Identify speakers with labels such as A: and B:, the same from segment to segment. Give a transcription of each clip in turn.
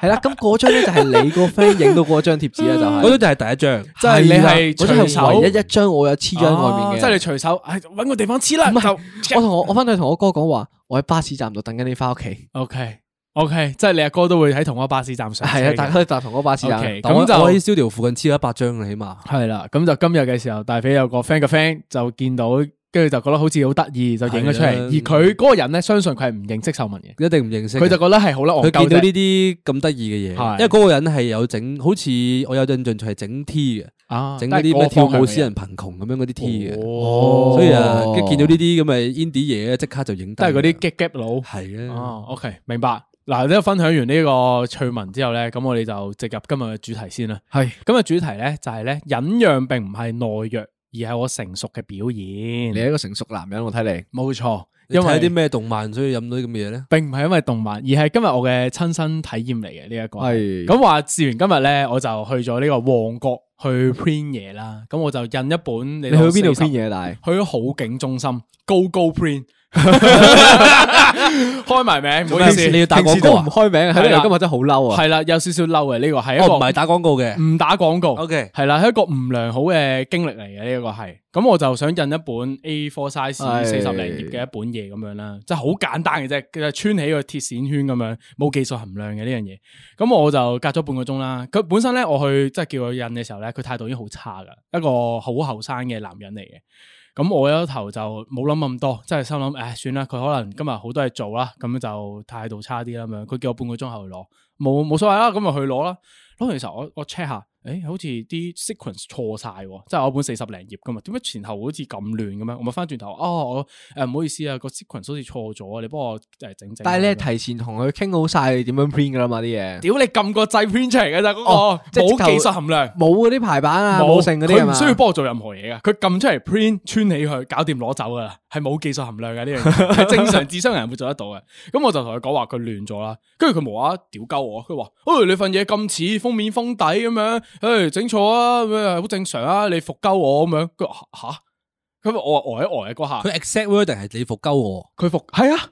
A: 係啦，咁嗰張咧就係你個 friend 影到嗰張貼紙啊， 就係
B: 嗰張就係第一張，
C: 即係你係
A: 嗰張
C: 隨手
A: 係唯一一張我有黐咗喺外面嘅，
C: 哦即係你隨手，唉揾個地方黐啦。
A: 唔係
C: 就
A: 我同我我翻去同我哥講話，我喺巴士站度等緊你翻屋 企。
C: O K O K，即係你阿哥都會喺同一個巴士站上車
A: 係
C: 嘅。
A: 啊，大家都搭同嗰個巴士站。
C: OK，
B: 但我
C: 咁就
B: 我喺 studio 附近黐咗一百張啦，起碼。
C: 係啦，咁就今日嘅時候，大肥有個 friend 嘅 friend 就見到，跟住就覺得好似好得意，就影咗出嚟。
B: 係啊
C: 而佢嗰個人咧，相信佢係唔認識秀文嘅，
B: 一定唔認識嘅。
C: 佢就覺得係好啦，我
B: 佢見到
C: 啲
B: 呢啲咁得意嘅
C: 係
B: 嘢，因為嗰個人係有整，好似我有印象就係整 T 嘅，
C: 啊
B: 整嗰啲咩跳舞使人貧窮咁樣嗰啲 T 嘅，
C: 哦
B: 所以啊，跟住見到呢啲咁嘅 indie 嘢咧，即刻就影低
C: 都
B: 啦。
C: 係嗰啲 gap gap 佬。
B: 係啊，
C: 哦，OK，明白。嗱，呢分享完呢個趣聞之後咧，咁我哋就直入今日嘅主題先啦。
A: 係
C: 今日主題咧就係咧忍讓並唔係懦弱，而係我成熟嘅表現。
A: 你係一個成熟男人，我睇你。
C: 冇錯，
B: 因
C: 因
B: 為
C: 為
B: 啲咩動漫所以飲到啲咁嘅嘢咧，
C: 並唔係因為動漫，而係今日我嘅親身體驗嚟嘅呢一個。
A: 係
C: 咁話，自然今日咧，我就去咗呢個旺角去 print 嘢啦。咁我就印一本你
A: 你去邊度編
C: 40
A: 嘢？啊但係
C: 去咗好景中心，Go Go Print，開埋名，唔好意思，
B: 你要打廣
A: 平時都
B: 告
A: 唔
B: 啊？
A: 開名，喺
C: 係啦
A: 度今日真係好嬲啊！
C: 係啦，有少少嬲嘅呢個係一
B: 哦，唔係
C: 個
B: 打廣告嘅。
C: 唔打廣告
B: OK
C: 係啦，係一個唔良好嘅經歷嚟嘅呢一個係。咁我就想印一本 A4 size
A: 係
C: 四十零頁嘅一本嘢咁樣啦，即係好簡單嘅啫，其實穿起個鐵線圈咁樣，冇技術含量嘅呢樣嘢。咁我就隔咗半個鐘啦。佢本身咧，我去即係叫佢印嘅時候咧，佢態度已經好差噶，一個好後生嘅男人嚟嘅。咁我有一頭就冇諗咁多，即係心諗，唉，算啦，佢可能今日好多嘢做啦，咁就態度差啲啦咁樣。佢叫我半個鐘後去攞，冇冇所謂啦，咁咪去攞啦。攞完時候我我 check 下，诶、好似啲 sequence 錯晒喎，即係我本四十零頁噶嘛，點解前後好似咁亂咁樣？我咪翻轉頭，哦，我诶唔好意思啊，個 sequence 好似錯咗啊，你幫我诶整整。
A: 但系
C: 咁樣
A: 你係提前同佢傾好晒你點樣 print 噶啦嘛啲嘢，
C: 屌你撳個掣 print 出嚟嘅咋嗰
A: 哦
C: 個，
A: 即係
C: 冇
A: 直頭
C: 技術含量。
A: 冇嗰啲排版啊，冇剩嗰啲係
C: 佢唔
A: 嘛
C: 需 要幫我做任何嘢噶，佢撳出嚟 print 穿起佢，搞掂攞走噶啦，係冇技術含量嘅呢樣 嘢，係正常智商人會做得到嘅。咁我就同佢講話佢亂咗啦，跟住佢無啦啦屌鳩我，佢話：，誒、你份嘢咁似封面封底咁樣，誒、整錯啊，咁樣好正常啊，你服鳩我咁樣。佢話吓，咁我呆一呆嗰下，
B: 佢 exact wording 系你服鳩我，
C: 佢服係啊，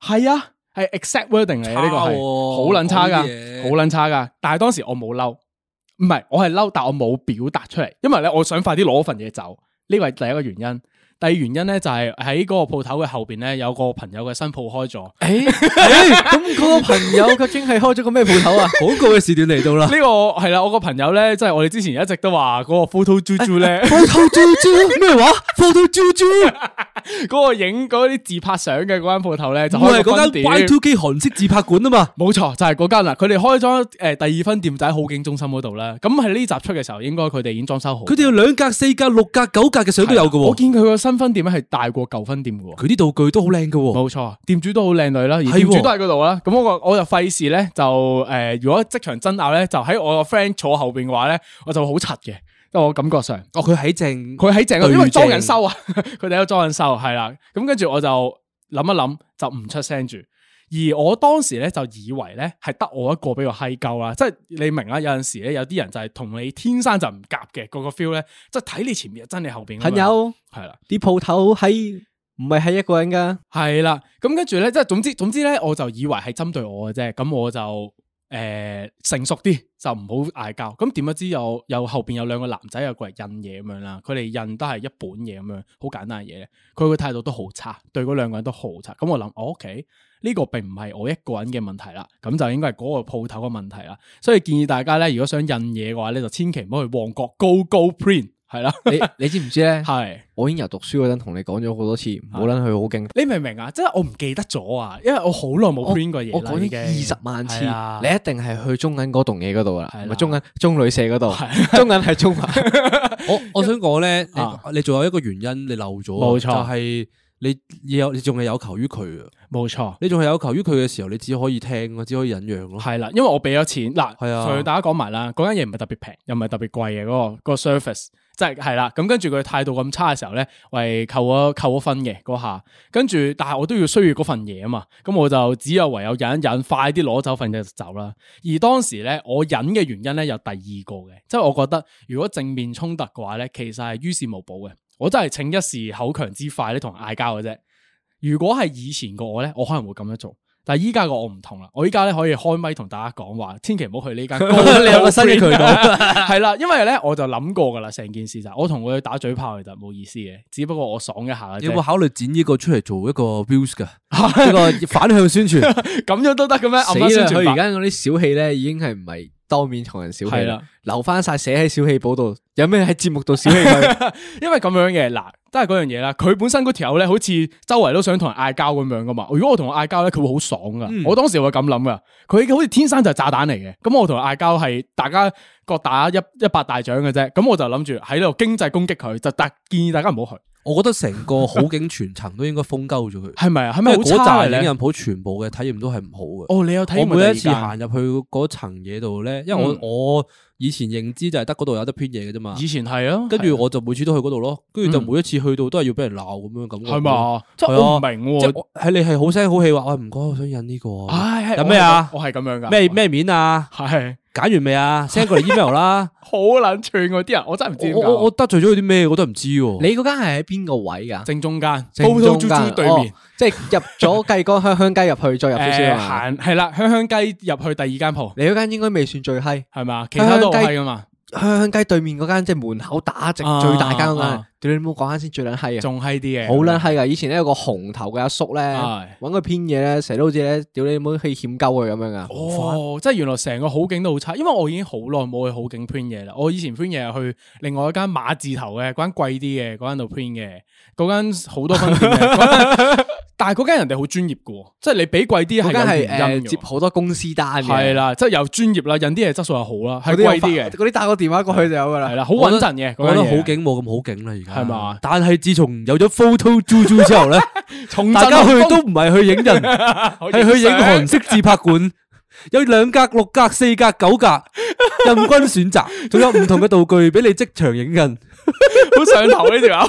C: 係啊，係 exact wording 嚟嘅呢個
B: 差
C: 係
B: 喎
C: 好撚差噶，好
B: 講啲嘢
C: 撚差噶。但係當時我冇嬲，唔係我係嬲，但我冇表達出嚟，因為咧我想快啲攞份嘢走，呢個係第一個原因。第二原因咧就係喺嗰個鋪頭嘅後邊咧有個朋友嘅新鋪開咗， 呢
A: 誒誒哎咁嗰個朋友究竟係開咗個咩鋪頭 啊？
B: 廣告嘅時段嚟到 啦。
C: 個係啦，我個朋友咧即係我哋之前一直都話嗰個 photo 豬豬 咧。
A: photo 豬豬咩話？photo 豬豬
C: 嗰個影嗰啲自拍相嘅嗰間鋪頭咧，就
B: 唔
C: 開
B: 係
C: 咗
B: 嗰
C: 分
B: 間
C: 店。
B: Y Two K 韓式自拍館啊 嘛，
C: 冇錯，就係嗰間啦。佢哋開咗诶第二分店就喺好景中心嗰度啦。咁喺呢集出嘅時候，應該佢哋已經裝修好。啊
B: 佢哋有兩格、四格、六格、九格嘅相都有嘅
C: 我
B: 喎，
C: 見佢個新分店咧係大過舊分店嘅喎。
B: 佢啲道具都好靚嘅喎。
C: 冇錯，店主都好靚女啦，而
B: 係喎
C: 店主都喺嗰度啦。咁我個我就費事咧，就誒、呃如果職場爭拗咧，就喺我個 friend 坐後邊嘅話咧，我就會好柒嘅，因為我感覺上。
B: 哦，佢喺正，
C: 佢喺正，
B: 對
C: 因為裝緊
B: 正
C: 修啊， 佢哋喺度裝緊修，係啦。咁跟住我就諗一諗，就唔出聲住。而我當時咧就以為咧係得我一個比較閪鳩啦，即係你明啦。有陣時咧有啲人就係同你天生就唔夾嘅，個個 feel 咧，即係睇你前面就憎你後邊。
A: 朋友
C: 係啦。
A: 啲鋪頭喺唔係喺一個人噶？
C: 系啦，咁跟住咧，即系总之总之咧，我就以為係針對我嘅啫，咁我就诶、呃成熟啲，就唔好嗌交。咁點不知有有後边有兩個男仔有個人印嘢咁樣啦，佢哋印都係一本嘢咁樣，好簡單嘅嘢。佢個態度都好差，對嗰兩個人都好差。咁我諗，我 OK，呢個並唔係我一個人嘅問題啦，咁就應該係嗰個鋪頭嘅問題啦。所以建議大家咧，如果想印嘢嘅話咧，就千祈唔好去旺角 Go Go Print 係啦，
A: 你你知唔知咧？
C: 係。
A: 我已經由讀書嗰陣同你講咗好多次，唔好撚佢好勁。
C: 你明唔明啊？即系我唔記得咗啊，因為我好耐冇 print 過嘢
A: 我
C: 啦，
A: 講
C: 已
A: 咗
C: 經
A: 二十萬次，
C: 係啊
A: 你一定係去中銀嗰棟嘢嗰度啦，
C: 係啦
A: 唔係中銀中旅社嗰度
C: 係，
A: 中銀 係中華。
B: 我我想講咧，
C: 啊
B: 你你仲有一個原因你漏咗啊，
C: 冇錯
B: 就係你有你仲係有求於佢啊，
C: 冇錯，
B: 你仲係有求於佢嘅時候，你只可以聽咯，只可以忍讓咯。
C: 係啦，因為我俾咗錢嗱，
B: 係啊
C: 同大家講埋啦，嗰間嘢唔係特別平，又唔係特別貴嘅嗰個嗰個 service，即係係啦。咁跟住佢態度咁差嘅時候咧，喂扣咗扣咗分嘅嗰下，跟住但係我都要需要嗰份嘢啊嘛，咁我就只有唯有忍一忍，快啲攞走份嘢就走啦。而當時咧，我忍嘅原因咧有第二個嘅，即係我覺得如果正面衝突嘅話咧，其實係於事無補嘅。我真係逞一時口強之快咧，同人嗌交嘅啫。如果係以前個我咧，我可能會咁樣做。但係依家個我唔同啦，我依家咧可以開咪同大家講話，千祈唔好去呢 間高。
B: 你有個新嘅渠 道
C: 係啦，因為咧我就諗過噶啦，成件事就係我同佢打嘴炮其實冇意思嘅，只不過我爽一下嘅
B: 你有冇
C: 啫。
B: 考慮剪呢個出嚟做一個 views 噶？一個 反向宣傳，
C: 咁樣都得嘅咩？
A: 死
C: 暗哎黑宣
A: 啦！
C: 傳
A: 佢
C: 法
A: 而家嗰啲小氣咧，已經係唔係當面同人小氣
C: 係
A: 啦
C: 啦，
A: 留翻晒寫喺小氣簿度，有咩喺節目度小氣 佢？
C: 因為咁樣嘅嗱，都係嗰樣嘢啦。佢本身嗰條友咧，好似周圍都想同人嗌交咁樣噶嘛。如果我同佢嗌交咧，佢會好爽
B: 嗯
C: 噶。我當時會咁諗噶，佢好似天生就係炸彈嚟嘅。咁我同佢嗌交係大家各打一一百大掌嘅啫。咁我就諗住喺度經濟攻擊佢，就但建議大家唔好去，
B: 我覺得成個好景全層都應該封鳩咗佢。
C: 係咪啊？係
B: 因
C: 咪
B: 為
C: 好
B: 嗰
C: 差
B: 扎
C: 嘅
B: 影
C: 咧
B: 印？鋪全部嘅體驗都係唔好嘅。
C: 哦，你有睇
B: 我
C: 過
B: 每一
C: 第
B: 次
C: 二間
B: 行入去嗰層嘢度咧，因為我、
C: 嗯
B: 我以前認知就係得嗰度有得編嘢嘅啫嘛。
C: 以前係啊，
B: 跟
C: 係
B: 住
C: 啊
B: 我就每次都去嗰度咯，跟住就
C: 嗯
B: 每一次去到都係要俾人鬧咁樣咁。
C: 係？嘛，即係
B: 係啊
C: 我唔明
B: 即
C: 喎。
B: 係係你係好聲好氣話，喂唔該，我想印呢個啊。
C: 唉，
B: 有咩啊
C: 我係咁樣噶。
B: 咩咩面啊？
C: 係
B: 揀完未啊？send 過嚟 email 啦。
C: 好撚串喎！啲人我真係唔知點
B: 我我我
C: 解。
B: 得罪咗佢啲咩？我都唔知喎。
A: 你嗰間係喺邊個位㗎？
C: 正中間，
A: 正中
C: 豬
A: 間
C: 豬對
A: 哦
C: 面。
A: 即係入咗雞缸香香雞入去，再入少啊
C: 誒
A: 少係嘛
C: 呃行係啦，香香雞入去第二間鋪
A: 你嗰間應該未算最閪，
C: 係嘛，其他都好
A: 香香雞
C: 閪噶嘛，
A: 香香雞對面嗰間即係門口打直
C: 啊
A: 最大間嗰
C: 啊
A: 間
C: 啊，
A: 屌你冇講間先最撚閪啊！
C: 仲閪啲嘅，
A: 好撚閪噶，啊以前咧有個紅頭嘅阿叔咧，
C: 係
A: 揾佢編嘢咧，成日都好似咧，屌你冇去欠鳩佢咁樣啊噶。
C: 哦，即係原來成個好景都好差，因為我已經好耐冇去好景 print 嘢啦。我以前 print 嘢係去另外一間 馬字頭嘅，嗰間貴啲嘅，嗰間度 print 嘅，嗰間好多分店嘅嗰間。但係嗰間人哋好專業嘅喎，即係你俾貴啲係
A: 嗰間
C: 有
A: 係
C: 原
A: 誒
C: 因
A: 接
C: 嘅。
A: 好多公司單嘅，
C: 係啦，即係又專業啦，印啲嘢質素又好啦，係
A: 嗰啲有
C: 貴
A: 發
C: 啲嘅，
A: 嗰啲打個電話過去就有噶
C: 係
A: 啦。
C: 啦，好穩陣嘅。
B: 我覺得
C: 嗰間嘢
B: 好景冇咁好景啦，而家
C: 係嘛
B: 但係自從有咗 Photo Juju 之後咧，
C: 重
B: 大家
C: 振
B: 去
C: 雄
B: 都唔係去影人，
C: 風
B: 係去影韓式自拍館，有兩格、六格、四格、九 格，任君選擇，仲有唔同嘅道具俾你即場影印。
C: 好上頭呢條友。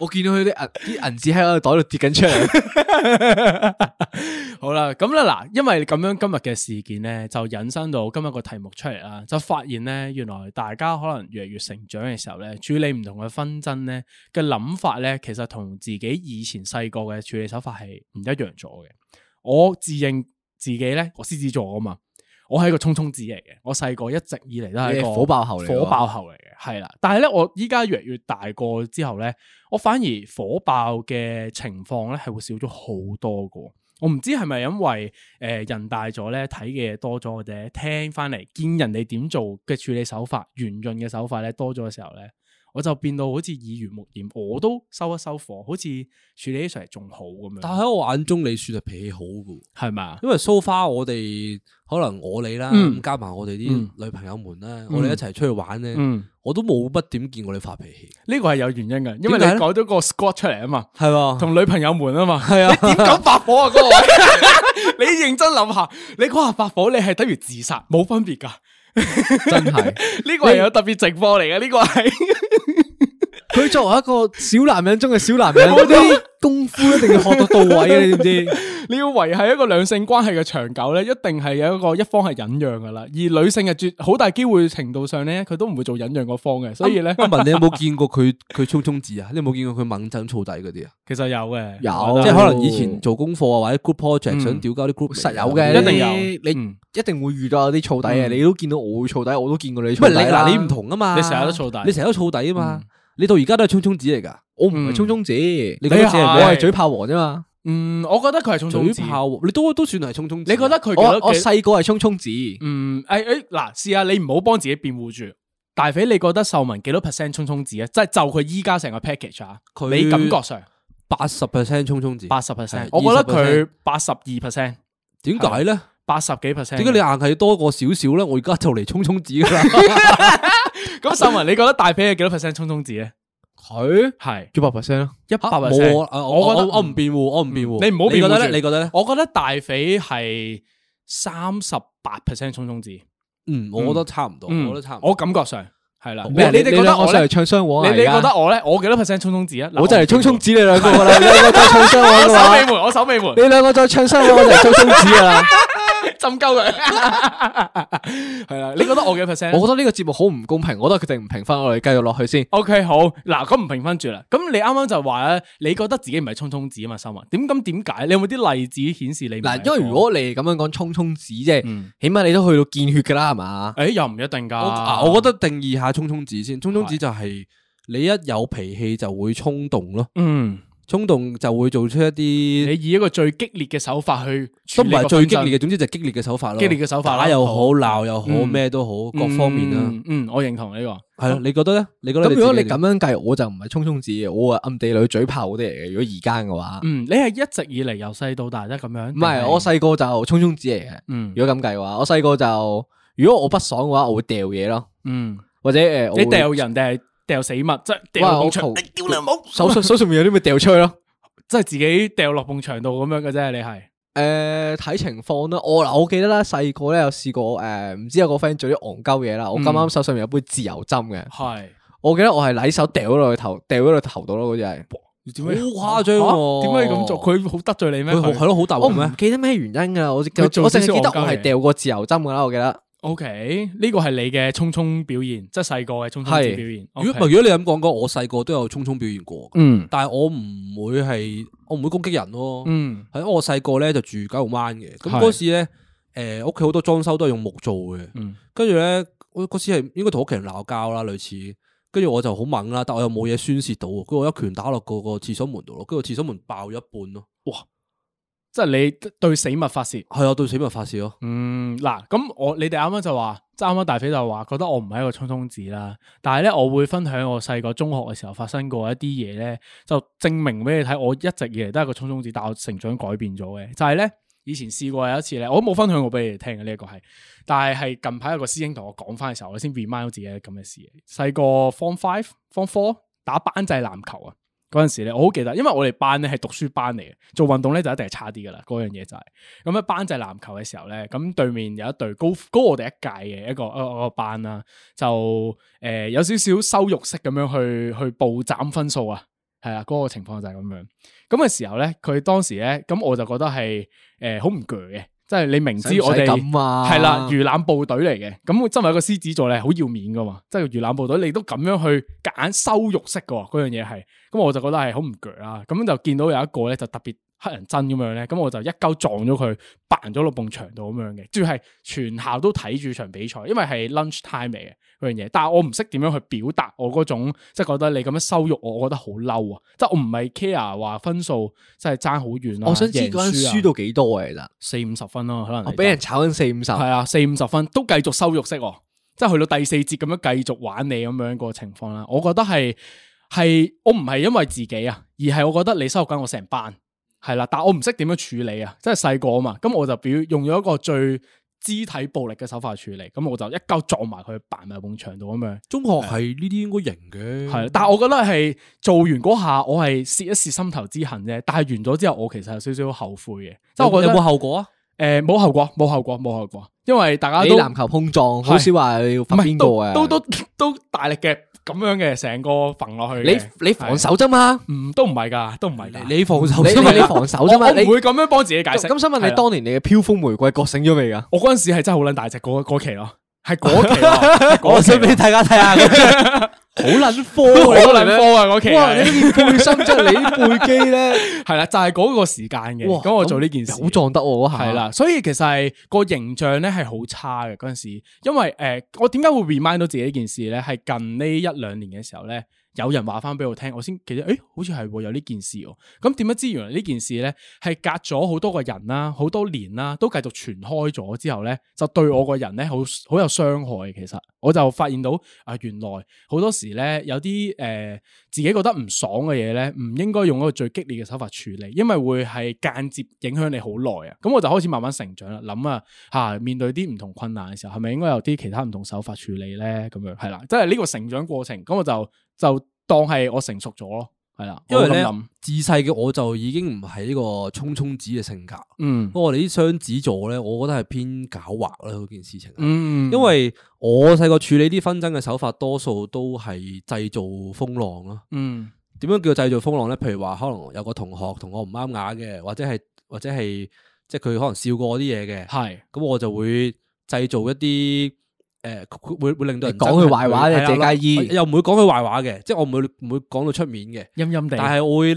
A: 我見到佢啲銀啲銀紙喺我個袋度跌緊 出嚟，
C: 好啦，咁啦嗱，因為咁樣今日嘅事件咧，就引申到今日個題目出嚟啦，就發現咧，原來大家可能越嚟越成長嘅時候咧，處理唔同嘅紛爭咧嘅諗法咧，其實同自己以前細個嘅處理手法係唔一樣咗嘅。我自認自己咧，我獅子座啊嘛，我係一個衝衝子嚟嘅，我細個一直以嚟都係一
A: 你
C: 個
A: 係火爆後嚟㗎
C: 火爆後嚟嘅，係啦。但係咧，我依家越嚟越大個之後咧，我反而火爆嘅情況咧係會少咗好多個。我唔知係咪因為誒、呃人大咗咧，睇嘅嘢多咗，或者聽翻嚟見人哋點做嘅處理手法、圓潤嘅手法咧多咗嘅時候咧，我就變到好似耳濡目染，我都收一收火，好似處理起上嚟仲好咁樣。
B: 但係喺我眼中，你算係脾氣好嘅。
C: 係咪啊？
B: 因為 so far 我哋可能我你啦，
C: 嗯
B: 咁加埋我哋啲
C: 嗯
B: 女朋友們啦，
C: 嗯
B: 我哋一齊出去玩咧，
C: 嗯，
B: 我都冇乜點見過你發脾氣，
C: 呢個係有原因嘅，因為
B: 點解
C: 你改
B: 咧
C: 咗個 squad 出嚟啊嘛，
B: 係嘛？
C: 同女朋友們啊嘛，
B: 係 啊，
A: 點敢發火啊？嗰個位
C: 你認真諗下，你嗰下發火，你係等於自殺，冇分別噶。
A: 真係。
C: 呢個係有特別直播嚟嘅，呢個係
A: 佢作為一個小男人中嘅小男 人，嗰啲功夫一定要學到到位啊！你知唔知？
C: 你要維係一個兩性關係嘅長久咧，一定係有一個一方係忍讓噶啦，而女性嘅絕好大機會程度上咧，佢都唔會做忍讓嗰方嘅，所以咧，
B: 阿文，你有冇見過佢佢衝衝字啊？你有冇見過佢猛震燥底嗰啲啊？
C: 其實有嘅，
A: 有
C: 我
B: 即
C: 覺
B: 係
C: 得
B: 可能以前做功課啊，或者 group project
C: 嗯
B: 想屌鳩啲 group，
A: 實有嘅，
C: 一定有
A: 你
C: 嗯
A: 你一定會遇到有啲燥底嘅，
C: 嗯
A: 你都見到我會燥底，我都見過你
B: 唔係
A: 燥
B: 你
A: 底啦。
B: 嗱，你唔，同啊嘛，
C: 你成日都燥底
B: 你成日都燥底啊嘛，你到而家都係衝衝子嚟㗎，
A: 我唔係衝衝子，嗯你
B: 覺得自己係咩
A: 我係嘴炮王啫嘛。
C: 嗯，我覺得佢係衝動
B: 嘴
C: 子。
B: 炮，你都都算係衝衝子啊。
C: 你覺得佢
A: 我
C: 幾多
A: 我
C: 幾
A: 細個係衝衝子，
C: 嗯，誒誒，嗱，試下你唔好幫自己辯護住。大肥，你覺得秀文幾多 percent 衝衝子啊？即係就佢依家成個 package 啊，
B: 佢
C: 你感覺上
B: 八十 percent 衝衝子，
C: 八十
B: 係
C: percent，我覺
B: 20%
C: 得佢八十二 percent，
B: 點解咧？
C: 八十幾 percent。
B: 點解你硬係多過少少咧？我而家就嚟衝衝子㗎啦。
C: 咁秀文，你覺得大肥係幾多 percent 衝衝子咧？
A: 佢
C: 係
A: 一百 percent 咯。
C: 一百
B: 嚇
C: percent。
B: 冇啊我我
C: 覺得
B: 我我唔辯護，我唔辯護。
C: 你唔好辯護
B: 你覺得咧？
C: 住
B: 你覺得咧？
C: 我覺得大肥係三十八 percent 衝衝子。
B: 嗯，我覺得差唔多，
C: 嗯
B: 我覺得差唔多。
C: 我感覺上係啦。你
A: 咩？啊你
C: 哋覺
A: 哋覺
C: 得
A: 得
C: 我
A: 我
C: 咧
A: 上嚟？唱雙簧啊？
C: 你你
A: 而家
C: 覺得我咧？我幾多 percent 衝衝子啊？嗱
A: 我就嚟衝衝子你兩個噶啦，你兩個再唱雙
C: 我
A: 簧
C: 手
A: 嘅話
C: 尾，門，我手尾門
A: 你。兩個再唱雙簧，我就嚟衝衝子噶 啦。
C: 浸鳩佢， 係啦。你覺得我幾 percent？
A: 我覺得呢個節目好唔公平，我都決定唔評分，我哋繼續落去先。
C: O、k 好，嗱，咁唔評分住啦。咁你啱啱就話咧，你覺得自己唔係衝衝子啊嘛，秀文。點咁點解？你有冇啲例子顯示你唔係
A: 嗱，因為如果你咁樣講衝衝子，即係
C: 嗯
A: 起碼你都去到見血噶啦，係嘛？
C: 誒又唔一定㗎。
B: 我啊我覺得定義下衝衝子先，衝衝子就係你一有脾氣就會衝動咯，
C: 嗯，
B: 衝動就會做出一
C: 你
B: 啲
C: 以一個最激烈嘅手法去
B: 都
C: 處
B: 唔
C: 理個
B: 係最激
C: 紛爭
B: 烈嘅，總之就係激烈嘅手法咯。
C: 激烈嘅手法啦
B: 打又好，鬧又好，
C: 嗯
B: 咩都好，各方面啊啦。
C: 嗯。嗯，我認同呢、個。
B: 係咯，你覺得咧？你覺得
A: 咁如果你
B: 自
A: 咁
B: 己
A: 樣計，我就唔係衝衝子嘅，我係暗地裏嘴炮嗰啲嚟嘅。如果而家嘅話，
C: 嗯，你係一直以嚟由細到大都係咁樣。
A: 唔係我。細個就衝衝子嚟嘅。
C: 嗯
A: 如果咁計嘅話，我細個就如果我不爽嘅話，我會掉嘢咯，
C: 嗯，
A: 或者誒，
C: 你掉人定係掉死物，即係掉
A: 哇
C: 落
A: 我
C: 埲牆
A: 求，
C: 哎掉兩冇，
A: 手上手上面有啲咪掉出去咯。
C: 即係自己掉落埲牆度咁樣嘅啫。你係
A: 诶，呃睇、情況啦。我嗱，我記得啦，細個咧有試過诶，唔、知有個 friend 做啲戇鳩嘢啦。我咁啱手上面有杯自由針嘅，
C: 係
A: 我記得我係舐手掉咗落去頭，掉咗落頭度咯，好似係。
C: 點
B: 好誇
C: 解
B: 張
C: 嚇
B: 喎？
C: 點解要咁做？佢好得罪你咩？
B: 哦佢好係咯，好大
A: 我
B: 鑊
A: 唔
B: 咩？
A: 記得咩原因噶啦，我我淨
C: 佢做少
A: 係
C: 少
A: 記得
C: 戇鳩
A: 我係
C: 嘢
A: 掉過自由針噶啦，我記得。
C: O K，呢個係你嘅匆匆表現，即係細個嘅匆匆之
A: 係
C: 表現。
B: 如果唔係如果你咁講講，我細個都有衝衝表現過，
C: 嗯
B: 但係我唔會係我唔會攻擊人咯。
C: 嗯
B: 喺我細個咧就住九龍灣嘅，咁
C: 係
B: 嗰時咧，誒屋企好多裝修都係用木做嘅，
C: 嗯
B: 跟住咧我嗰時係應該同屋企人鬧交啦，類似，跟住我就好猛啦，但我又冇嘢宣泄到喎，跟住我一拳打落個個廁所門度咯，跟住個廁所門爆咗一半咯，
C: 即係你對死物發泄。
B: 係啊，對死物發泄咯。
C: 嗯，嗱，咁我你哋啱啱就話，即係啱啱大肥就話，覺得我唔係一個衝衝子啦。但係咧，我會分享我細個中學嘅時候發生過一啲嘢咧，就證明俾你睇，我一直以嚟都係一個衝衝子，但我成長改變咗嘅，就係咧。以前試過有一次咧，我都冇分享過俾你哋聽嘅呢一個係，但係係近排有個師兄同我講翻嘅時候，我先 remind 到自己有咁嘅事。細個 form five、form four 打班際籃球啊，嗰陣時咧我好記得，因為我哋班咧係讀書班嚟嘅，做運動咧就一定係差啲噶啦，嗰樣嘢就係、咁喺班際籃球嘅時候咧，咁對面有一隊高高我哋一屆嘅一個一個一個班啦，就誒、呃有少少羞辱式咁樣去去暴斬分數啊，係啊，嗰、個情況就係咁樣。咁嘅時候咧，佢當時咧，咁我就覺得係誒好唔鋸嘅，即係你明知我哋
A: 使唔使咁啊
C: 係啦，魚腩部隊嚟嘅，咁真係一個獅子座，你係好要面噶嘛，即係魚腩部隊，你都咁樣去夾硬羞辱式噶喎，嗰樣嘢係，咁我就覺得係好唔鋸啦，咁就見到有一個咧就特別黑人憎咁樣咧，咁我就一鳩撞咗佢，扮咗落埲牆度咁樣嘅，仲要係全校都睇住場比賽，因為係 lunch time 嚟嘅嗰樣嘢，但係我唔識點樣去表達我嗰種即係覺得你咁樣羞辱我，我覺得好嬲啊，即係我唔係 care 話分數，即係爭好遠啦，
A: 我哦想知
C: 贏
A: 嗰陣
C: 輸啊
A: 輸到幾多啊？其實
C: 四五十分咯，可能
A: 我
C: 你
A: 俾
C: 就
A: 人炒緊四五
C: 係
A: 十，
C: 啊，四五十分都繼續收肉式喎，即係去到第四節咁樣繼續玩你咁樣個情況啦。我覺得係係我唔係因為自己啊，而係我覺得你收緊我成班係啦，但我唔識點樣處理啊，即係細個啊嘛，咁我就表用咗一個最肢體暴力嘅手法去處理，咁我就一鳩撞埋佢，扮埋埲牆度咁樣。
B: 中學係呢啲應該型嘅，
C: 係，但係我覺得係做完嗰下，我係泄一泄心頭之恨啫。但係完咗之後，我其實有少少後悔嘅，即係我
B: 有有
C: 覺得
B: 冇後果啊？
C: 誒冇後果，冇後果，冇後果，因為大家
A: 你
C: 啊都
A: 籃球碰撞，好少話你要罰
C: 唔係
A: 邊個啊？
C: 都都都都大力嘅咁樣嘅，成個揈落去
A: 你
C: 嘅。
A: 你防守啫嘛，
C: 唔都唔係㗎，都唔係㗎。
B: 你你防守
A: 你
B: 先
A: 你
B: 啦，
A: 你防守
C: 我
A: 啫嘛，
C: 我
A: 你
C: 唔會咁樣幫自己解釋。
A: 咁想問
C: 係啊
A: 你
C: 啦
A: 當年你嘅飄風玫瑰覺醒咗未噶？
C: 我嗰陣時係真係好撚大隻嗰嗰期咯，係嗰 期咯
B: 我想俾大家睇下，好 撚科
C: 我
B: 啊！
C: 都兩科啊嗰期
A: 哇！你
C: 係，
A: 呢件背心即係你啲背肌 咧，
C: 係啦，就係嗰個時間嘅。
A: 哇！
C: 咁我做呢件事
A: 好撞得喎，嗰下
C: 係，啦，所以其實係個形象咧係好差嘅嗰陣時，因為誒、呃我點解會 remind 到自己呢件事咧？係近呢一兩年嘅時候咧，有人話翻俾我聽，我先記得，誒、好似係喎有呢件事喎。咁點樣知原來呢件事咧係隔咗好多個人啦，好多年啦，都繼續傳開咗之後咧，就對我個人咧好好有傷害。其實我就發現到啊、原來好多時咧有啲誒、呃自己覺得唔爽嘅嘢咧，唔應該用一個最激烈嘅手法處理，因為會係間接影響你好耐啊。咁我就開始慢慢成長啦，諗啊嚇面對啲唔同困難嘅時候，係咪應該有啲其他唔同手法處理咧？咁樣係啦，即係呢個成長過程，咁我就就當係我成熟咗咯，係啦，
B: 因為
C: 我咁
B: 咧
C: 諗
B: 自細嘅我就已經唔係呢個衝衝子嘅性格，
C: 嗯
B: 不過我哋啲雙子座咧，我覺得係偏狡猾啦嗰件事情。啊
C: 嗯，
B: 因為我細個處理啲紛爭嘅手法，多數都係製造風浪咯。
C: 嗯
B: 點樣叫製造風浪咧？譬如話，可能有個同學同我唔啱眼嘅，或者係或者係即係佢可能笑過我啲嘢嘅，
C: 係
B: 咁我就會製造一啲誒、佢會會令到人
A: 你講
B: 憎
A: 佢壞話
B: 係啊
A: 你謝佳怡
B: 我又唔會講佢壞話嘅，即係我唔會唔會講到出面嘅，
C: 陰陰地，
B: 但係我會誒、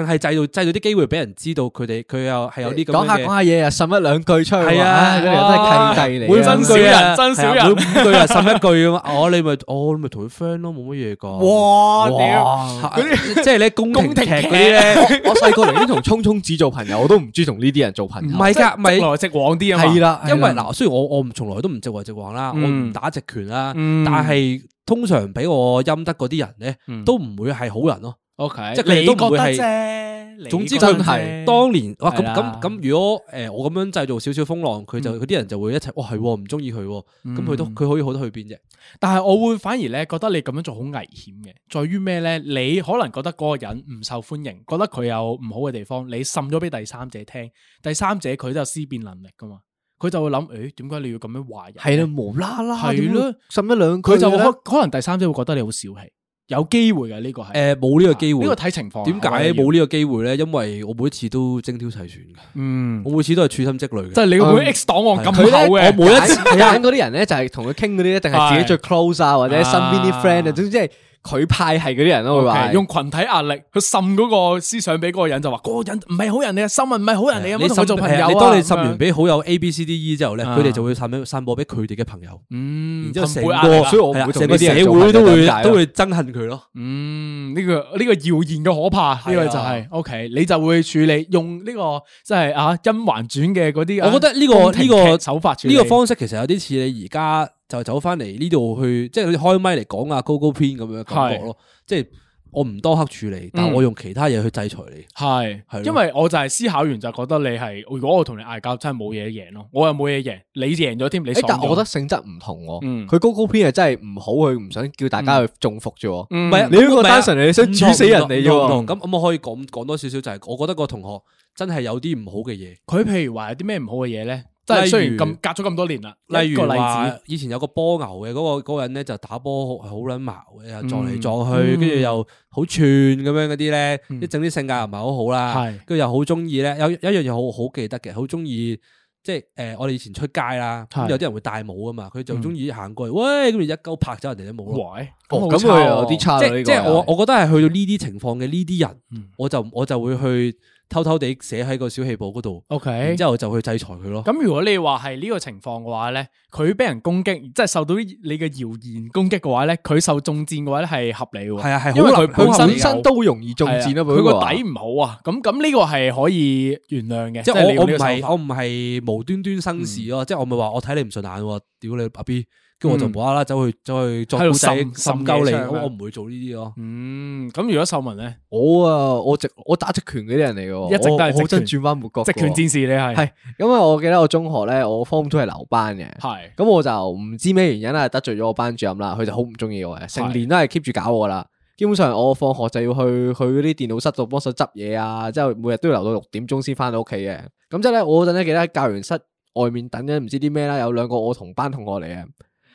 B: 硬係製造製造啲機會俾人知道佢哋佢又係有啲咁
A: 講下
B: 樣嘅。
A: 講下嘢啊，滲一兩句出去喎，
B: 係啊
A: 唉嗰
C: 哇
A: 條友
B: 每
A: 真
C: 真
A: 係契
C: 少
A: 弟嚟
C: 人
A: 啊！
B: 啊
C: 真少
B: 係啊
C: 人
B: 每五句啊，十一句咁啊！哦，你咪哦，你咪同佢 friend 咯，冇乜嘢噶。
C: 哇屌！
A: 哇！
B: 嚇 即係咧宮廷劇
C: 宮廷
B: 嗰
C: 劇
B: 啲咧，
A: 我我細個寧願同聰聰子做朋友，我都唔中意同呢啲人做朋
C: 啊
A: 友
B: 唔。係㗎，唔
C: 直
B: 係
C: 來直往啲啊嘛，
A: 係啦，
B: 因為嗱，雖然我我唔從來都唔直為直往啦，我
C: 嗯
B: 唔打直拳啦，
C: 嗯，
B: 但係通常俾我陰得嗰啲人咧，
C: 嗯
B: 都唔會係好人咯。
C: OK，
B: 即係佢哋都唔會係
C: 你覺得啫
B: 總之
C: 你覺得
B: 佢
C: 啫
B: 當年哇咁
C: 係啦
B: 咁咁，如果誒我咁樣製造少少風浪，佢就佢啲人就會一齊，哇係喎唔中意佢喎，咁佢都
C: 嗯
B: 佢可以好得去邊啫？
C: 但係我會反而咧覺得你咁樣做好危險嘅，在於咩咧？你可能覺得嗰個人唔受歡迎，覺得佢有唔好嘅地方，你滲咗俾第三者聽，第三者佢都有思辨能力噶嘛，佢就會諗，誒點解你要咁樣話人？
A: 係啦，無啦啦，
C: 係咯，
A: 滲一兩句
C: 佢就會
A: 咧
C: 可可能第三者會覺得你好小氣，有機會嘅呢個係
B: 誒冇呢個機會
C: 呢個，睇情況。
B: 點
C: 我覺
B: 解
C: 得要
B: 冇呢個機會咧？因為我每一次都精挑細選嘅，
C: 嗯，
B: 我每次都係處心積慮
C: 即
B: 嘅。
C: 係你會 X 檔案咁
A: 佢
C: 厚
A: 咧，
C: 嘅，
A: 我 每一次揀嗰啲人咧，就係同佢傾嗰啲，一定係自己最 close 啊，或者身邊啲 friend 啊，
C: 啊
A: 總之係佢派系嗰啲人咯，會話
C: OK，用群體壓力去滲嗰個思想俾嗰個人，就話嗰個人唔係好人嚟啊，心啊唔係好人嚟啊，
B: 你
C: 唔好同佢做朋友
B: 係
C: 啊
B: 啊你當你
C: 咁
B: 滲
C: 樣
B: 完俾好友 A、B、C、D、E 之後咧，
C: 啊
B: 佢哋就會散俾散播俾佢哋嘅朋友，
C: 嗯，
B: 然之後
C: 群
B: 成
C: 體壓力
B: 個
C: 啊
A: 所以我唔
B: 係
A: 會
B: 啊
A: 同
B: 成
A: 呢
B: 個
A: 啲人
B: 社
A: 做朋
B: 會啊
A: 友
B: 都
A: 就係
B: 會
A: 咁解啦
B: 都會憎恨佢咯。
C: 嗯，呢、個呢、個謠言嘅可怕，呢、個就係、OK，你就會處理用呢、個即係啊甄嬛傳嘅嗰啲啊，
B: 我覺得呢個
C: 宮廷
B: 呢個
C: 劇手法處理
B: 呢個方式其實有啲似你而家就走翻嚟呢度去，即係你開咪嚟講啊高高篇咁樣嘅感覺咯。即係我唔多刻處
C: 嗯
B: 理，但我用其他嘢去制裁你。
C: 係
B: 係咯，
C: 因為我就係思考完就覺得你係，如果我同你嗌交，真係冇嘢贏咯，我又冇嘢贏，你贏咗添，你
A: 誒
C: 爽咗
A: 哎但我覺得性質唔同喎。
C: 嗯
A: 佢高高篇係真係唔好，佢唔想叫大家去中伏啫喎。
C: 嗯
B: 唔係
A: 你呢個單純係想煮死人嚟啫
B: 嗯唔同
A: 喎。
B: 咁咁我可以講講多少少就係，我覺得個同學真係有啲唔好嘅嘢，
C: 佢譬如話有啲咩唔好嘅嘢咧，即係
B: 例
C: 雖然
B: 如
C: 咁隔咗咁多年啦，
B: 例
C: 一個
B: 如
C: 例
B: 話
C: 子，
B: 以前有個波牛嘅嗰個嗰個人咧就打波好好撚矛嘅，又撞嚟
C: 嗯
B: 撞去，跟住
C: 嗯
B: 又好串咁樣嗰啲咧，
C: 嗯
B: 一整啲性格又唔係好好啦，
C: 係
B: 跟住又好中意咧，有有一樣嘢好好記得嘅，好中意。即係誒、呃我哋以前出街啦，咁
C: 係嗯
B: 有啲人會戴帽啊嘛，佢就中意行過嚟，喂，咁而一鳩拍走人哋啲帽咯。
C: 喂，
A: 哦
C: 好
A: 咁
C: 差
A: 佢
C: 喎
A: 有啲差
B: 即
A: 啦。呢個
B: 係即係
A: 又
B: 我我覺得係去到呢啲情況嘅呢啲人，
C: 嗯
B: 我就我就會去偷偷地寫喺個小氣簿嗰度，
C: ，OK
B: 然。之後就去制裁佢咯。
C: 咁如果你話係呢個情況嘅話咧，佢俾人攻擊，即係受到你嘅謠言攻擊嘅話咧，佢受中箭嘅話咧係合理喎。
B: 係啊係好
C: 因為
B: 合
C: 佢
B: 好
C: 本
B: 合理
C: 身
A: 本身都容易中箭
C: 係
A: 啦，
C: 啊
A: 佢
C: 佢
A: 個
C: 個
A: 底
C: 底唔好啊。咁咁呢個係可以原諒嘅，
B: 即
C: 係
B: 係
C: 你
B: 我我
C: 用呢
B: 唔
C: 個
B: 係
C: 手法
B: 我唔係無端端生事咯，即係我咪話我睇你唔順眼喎，屌你阿 B，跟住我就
C: 嗯
B: 無啦啦走去走去作
C: 喺度
B: 古仔滲
C: 滲
B: 鳩
C: 滲嘢
B: 你，
C: 出嚟
B: 我我唔會做呢啲咯。
C: 嗯，咁如果秀文咧，
A: 我啊，我直我打直拳嗰啲人嚟嘅喎，
C: 一直都係
A: 我我
C: 直拳
A: 好真轉彎抹角嘅喎。
C: 直拳戰士你係
A: 係因為我記得我中學咧，我 form two 係留班嘅，
C: 係
A: 咁我就唔知咩原因啦，得罪咗我班主任啦，佢就好唔中意我嘅，成年都係 keep 住搞我啦。基本上我放學就要去去嗰啲電腦室度幫手執嘢啊，之後每日都要留到六點鐘先翻到屋企嘅。咁即係咧，我嗰陣咧記得喺教員室外面等緊唔知啲咩啦，有兩個我同班同學嚟嘅，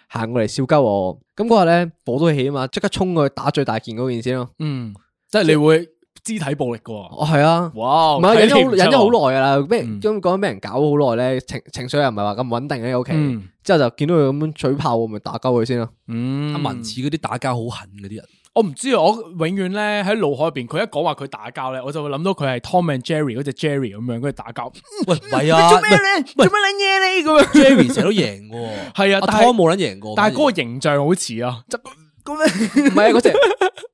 A: 行過嚟笑鳩我。咁嗰日咧火都起啊嘛，即刻衝過去打最大件嗰件先咯。
C: 嗯，即係你會肢體暴力嘅喎。
A: 哦，係啊。
C: 哇，
A: 唔係忍咗
C: 睇
A: 好
C: 你
A: 忍
C: 唔出喎
A: 咗好耐噶啦，咩
C: 嗯
A: 咁講俾人搞咗好耐咧，情情緒又唔係話咁穩定喺屋企，
C: 嗯
A: 之後就見到佢咁樣嘴炮，我咪打鳩佢先咯。
C: 嗯，
B: 阿文似嗰啲打交好狠嗰 啲人，
C: 我唔知啊，我永遠咧喺腦海入邊，佢一講話佢打交咧，我就會諗到佢係 Tom and Jerry 嗰只 Jerry 咁樣，佢打交。
B: 喂唔係啊，
C: 做咩
B: 喂
C: 咧？做乜撚嘢你咁樣？
B: Jerry 成日都贏嘅 喎，
C: 係啊
B: 阿
C: 但係
B: Tom 冇撚贏過，
C: 但係嗰個形象好似啊，即
A: 唔係啊， 嗰隻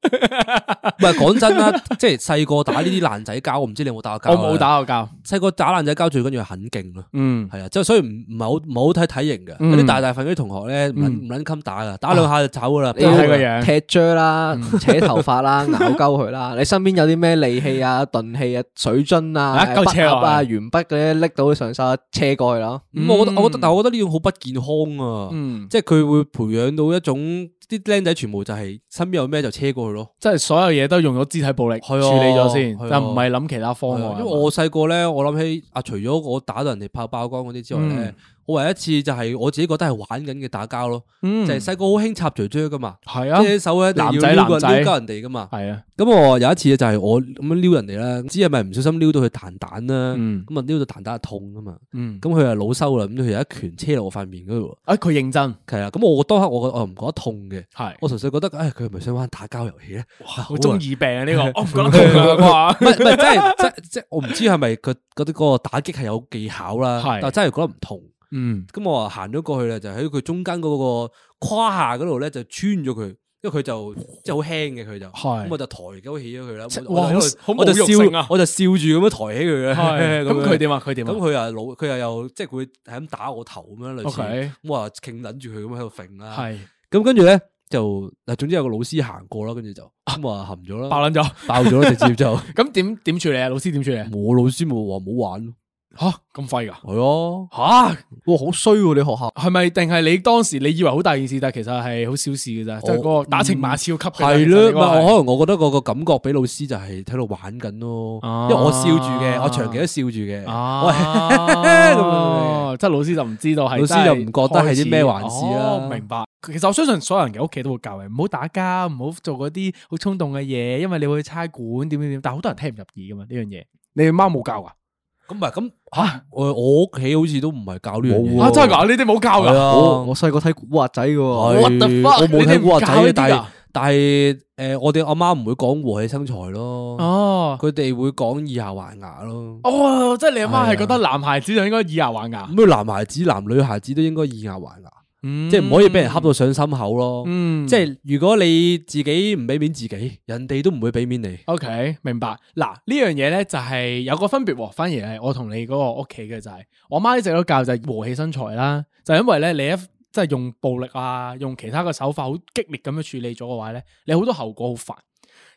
B: 唔係講真啦， 即係細個打呢啲爛仔交，我唔知你有冇打過
C: 我
B: 交啊
C: 冇。打過交。
B: 細個打爛仔交最緊要係狠勁咯。
C: 嗯，
B: 係啊，即係所以唔唔係好唔係好睇體型嘅，
C: 嗯
B: 有啲大大份嗰啲同學咧唔撚
C: 嗯
B: 唔撚襟打噶，打兩下就走噶啦。
A: 你
C: 都
A: 要
C: 係個樣
A: 踢啫啦，扯頭髮 啦，咬鳩佢啦。你身邊有啲咩利器啊、鈍器啊、水樽啊、
C: 啊
A: 誒
C: 夠
A: 筆
C: 車
A: 盒啊、
C: 落
A: 鉛筆嗰啲拎到上手，車過去咯。
B: 咁我覺得我覺得，
C: 嗯
B: 但我覺得呢種好不健康啊，
C: 嗯，
B: 即係佢會培養到一種啲僆仔全部就係身邊有咩就車過去咯。
C: 即係所有嘢都用咗肢體暴力處
B: 係啊
C: 理咗先，
B: 係啊
C: 但唔係諗其他方
B: 係
C: 案
B: 啊。因為
C: 哦係嘛
B: 我細個咧，我諗起啊，除咗我打到人哋拍爆光嗰啲之外咧
C: 嗯，
B: 我唯一一次就係我自己覺得係玩緊嘅打交咯，
C: 嗯
B: 就係細個好興插嘴嘴噶嘛，
C: 係
B: 即
C: 啊，
B: 係手咧一定要
C: 男仔
B: 撩個
C: 男仔
B: 撩鳩人哋噶嘛。
C: 係啊，
B: 咁我有一次就係我咁樣撩人哋啦，唔知係咪唔小心撩到佢蛋蛋啦，
C: 嗯
B: 咁啊撩到蛋蛋痛啊嘛，
C: 嗯，
B: 咁佢又老羞啦，咁佢有一拳車落我塊面嗰度，
C: 啊佢認真
B: 係啊，咁我當刻我我又唔覺得痛嘅，
C: 係，
B: 我純粹覺得，唉，佢係咪想玩打交遊戲 咧？哇，好
C: 好
B: 啊
C: 中，意病 啊呢個，我唔覺得痛啊
B: 唔係唔係，真係真即係我唔知係咪佢嗰啲嗰個打擊係有技巧啦，
C: 係
B: 但真係覺得唔痛。
C: 啩，嗯
B: 咁我啊行咗過去咧，就喺佢中間嗰個胯下嗰度咧，就穿咗佢，因為佢就即係好輕嘅佢就，
C: 係
B: 咁我就抬鳩起咗佢啦。
C: 哇
B: 我就
C: 好
B: 我就我
C: 好侮辱
B: 就
C: 性啊
B: 笑，我就笑住咁樣抬起佢嘅。
C: 係，咁佢
B: 樣
C: 點啊佢點 啊
B: 咁佢又老，佢又又即係佢係咁打我頭咁樣類似，啊
C: OK
B: 咁我啊勁撚住佢咁喺度揈啦。
C: 係
B: 咁跟住咧就嗱，總之有個老師行過啦，跟住就咁啊含咗啦，
C: 爆撚咗，
B: 爆咗啦，直接就
C: 咁點點處理啊？老師點處理啊？
B: 我老師咪話唔好玩咯，
C: 吓咁廢㗎？
B: 係啊咯，
C: 吓
A: 哇，好衰喎！你學校
C: 系咪？定係你當時你以為好大件事，但係其實係好小事嘅咋，即係嗰個打情罵俏級嘅啫
B: 嗯係
C: 其實
B: 咯，
C: 呢
B: 唔
C: 個
B: 係
C: 係
B: 我可能我覺得個個感覺俾老師就係喺度玩緊咯，
C: 啊
B: 因為我笑住嘅，我長期都笑住 嘅，我係咁樣嘅
C: 哦啊，即係老師就唔知道係
B: 老師就唔覺得係啲咩
C: 環
B: 環啊事啦
C: 明白。其實我相信所有人嘅屋企都會教嘅，唔好打交，唔好做嗰啲 好衝動嘅嘢，因為你會去差館點點點。但係好多人聽唔入耳噶嘛呢樣嘢。你媽冇教噶
B: 咁唔係咁
C: 吓？
B: 我我屋企好似都唔係教呢樣嘢，
A: 冇
C: 啊真係噶？你哋冇教
B: 係
C: 噶？
B: 啊
A: 哦我我細個睇古惑仔嘅喎，
B: 係
C: What the fuck？
B: 我冇睇古惑啊
C: 你哋唔教
B: 仔，
C: 呢啲㗎
B: 但係但係诶，誒我哋阿媽唔會講和氣生財咯，
C: 哦，
B: 佢哋會講以牙還牙咯。
C: 哦，即系你阿妈
B: 係啊
C: 系觉得男孩子就应该以牙还牙，
B: 咁佢男孩子、男女孩子都應該以牙還牙，
C: 即
B: 嗯即係唔可以俾人恰，到上心口咯。
C: 嗯，
B: 即係如果你自己唔俾面自己，人哋都唔會俾面你。
C: OK，明白。嗱呢樣嘢咧就係有個分別喎，反而係我同你嗰個屋企嘅就係、我媽一直都教就係和氣生財啦，就係因為咧你一即係用暴力啊，用其他嘅手法好激烈咁樣處理咗嘅話咧，你好多後果好煩。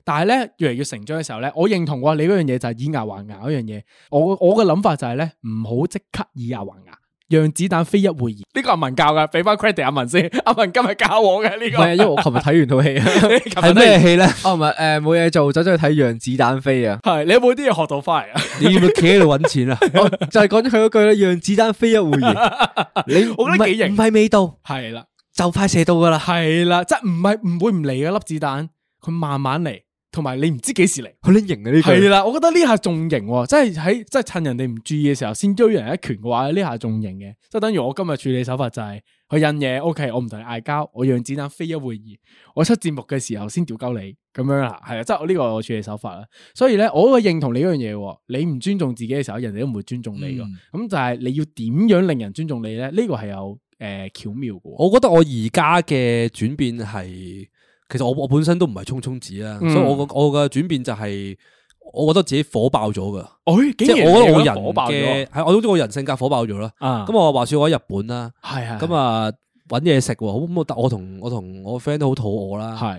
C: 但係咧越嚟越成長嘅時候咧，我認同喎你嗰樣嘢就係以牙還牙嗰樣嘢。我我嘅諗法就係咧唔好即刻以牙還牙。讓子彈飛一會兒，呢個阿文教噶，俾翻 credit 阿文先。 阿文今日教我嘅呢
A: 唔係，
C: 個
A: 因為我琴日睇完套 戲 啊，
C: 你琴日都係，
A: 係咩戲咧？哦，唔係，诶，冇嘢做，走咗去睇《讓子彈飛》啊！
C: 係你有冇啲嘢學到翻嚟啊？
B: 你要唔要企喺度搵 錢啊？
A: 我就係講咗佢嗰句啦，讓子彈飛一會 兒。你
C: 我覺得幾型
A: 唔係唔係未到，
C: 係啦。
A: 就快射到噶啦。
C: 系啦，即系唔系唔會唔嚟嘅粒子彈，佢慢慢嚟，同埋你唔知幾時嚟。
A: 好撚型啊呢句。
C: 係啦，我覺得呢下仲型喎，即係喺即系趁人哋唔注意嘅時候先追人一拳嘅話，呢下仲型嘅。即係等於我今日處理手法就係去印嘢，OK，我唔同你嗌交，我讓子彈飛一會兒，我出節目嘅時候先屌鳩你咁樣啦，係啊，即係我呢個我處理手法啦。所以咧，我都認同你嗰樣嘢喎，你唔尊重自己嘅時候，人哋都唔會尊重你噶。
A: 嗯
C: 咁、就係你要點樣令人尊重你咧？呢、個係有诶、呃巧妙嘅喎。
B: 我覺得我而家嘅轉變係，其實我我本身都唔係衝衝子啦，
C: 嗯
B: 所以我個我嘅轉變就係、我覺得自己火爆咗噶，
C: 哎，
B: 即
C: 竟
B: 係
C: 然
B: 我覺得我
C: 你
B: 人
C: 火爆咗
B: 嘅係我總之我人性格火爆咗啦。
C: 啊！
B: 咁我話說我喺日本啦，
C: 系系
B: 咁啊揾嘢食喎，好咁我但我同我同我 friend 都好肚餓啦，
C: 系
B: 咁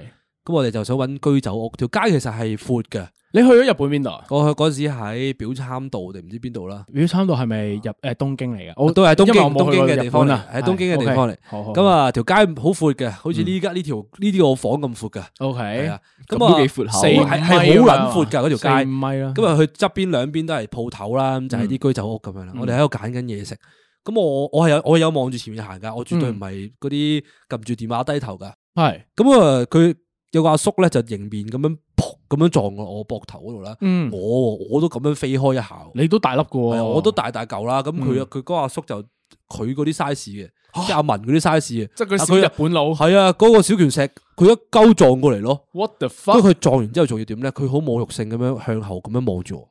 B: 啊我哋就想揾居酒屋，條街其實係闊嘅，
C: 你去咗日本邊度啊？
B: 我去嗰陣時喺表參道定唔知邊度啦，
C: 表參道係咪入诶東京嚟嘅？我
B: 都係東京
C: 因為我冇去過
B: 東京嘅地方嚟
C: 日本啊，
B: 係東京嘅地方嚟咁
C: 咁啊
B: 啊條街好闊嘅，好似呢家呢條呢啲我房咁闊嘅。
C: ，OK，
B: 係啊，
A: 咁
B: 咁啊
A: 都幾闊口
B: 四
A: 係
B: 係係好撚闊㗎嗰條
C: 啊四
B: 街
C: 五，米啦。
B: 咁啊佢側邊兩邊都係鋪頭啦，咁就係啲居酒屋咁樣啦。
C: 嗯
B: 我哋喺度揀緊嘢食，咁我我係有我有望住前面行㗎，我
C: 嗯
B: 絕對唔係嗰啲撳住電話低頭㗎。
C: 係
B: 咁啊佢有個阿叔咧就迎面咁樣撲咁樣撞我我膊頭嗰度啦，
C: 嗯，
B: 我我都咁樣飛開一下喎，
C: 你都大粒噶
B: 係
C: 喎，
B: 啊我都大大嚿啦。咁佢啊
C: 嗯
B: 佢嗰個阿叔就佢嗰啲 size 嘅，即係阿文嗰啲 size 嘅，
C: 即係佢
B: 啊
C: 小
B: 佢
C: 日本佬。
B: 係啊嗰個小拳石佢一鳩撞過嚟咯。
C: What the
B: 不
C: fuck？
B: 過佢撞完之後仲要點咧？佢好侮辱性咁樣向後咁樣望住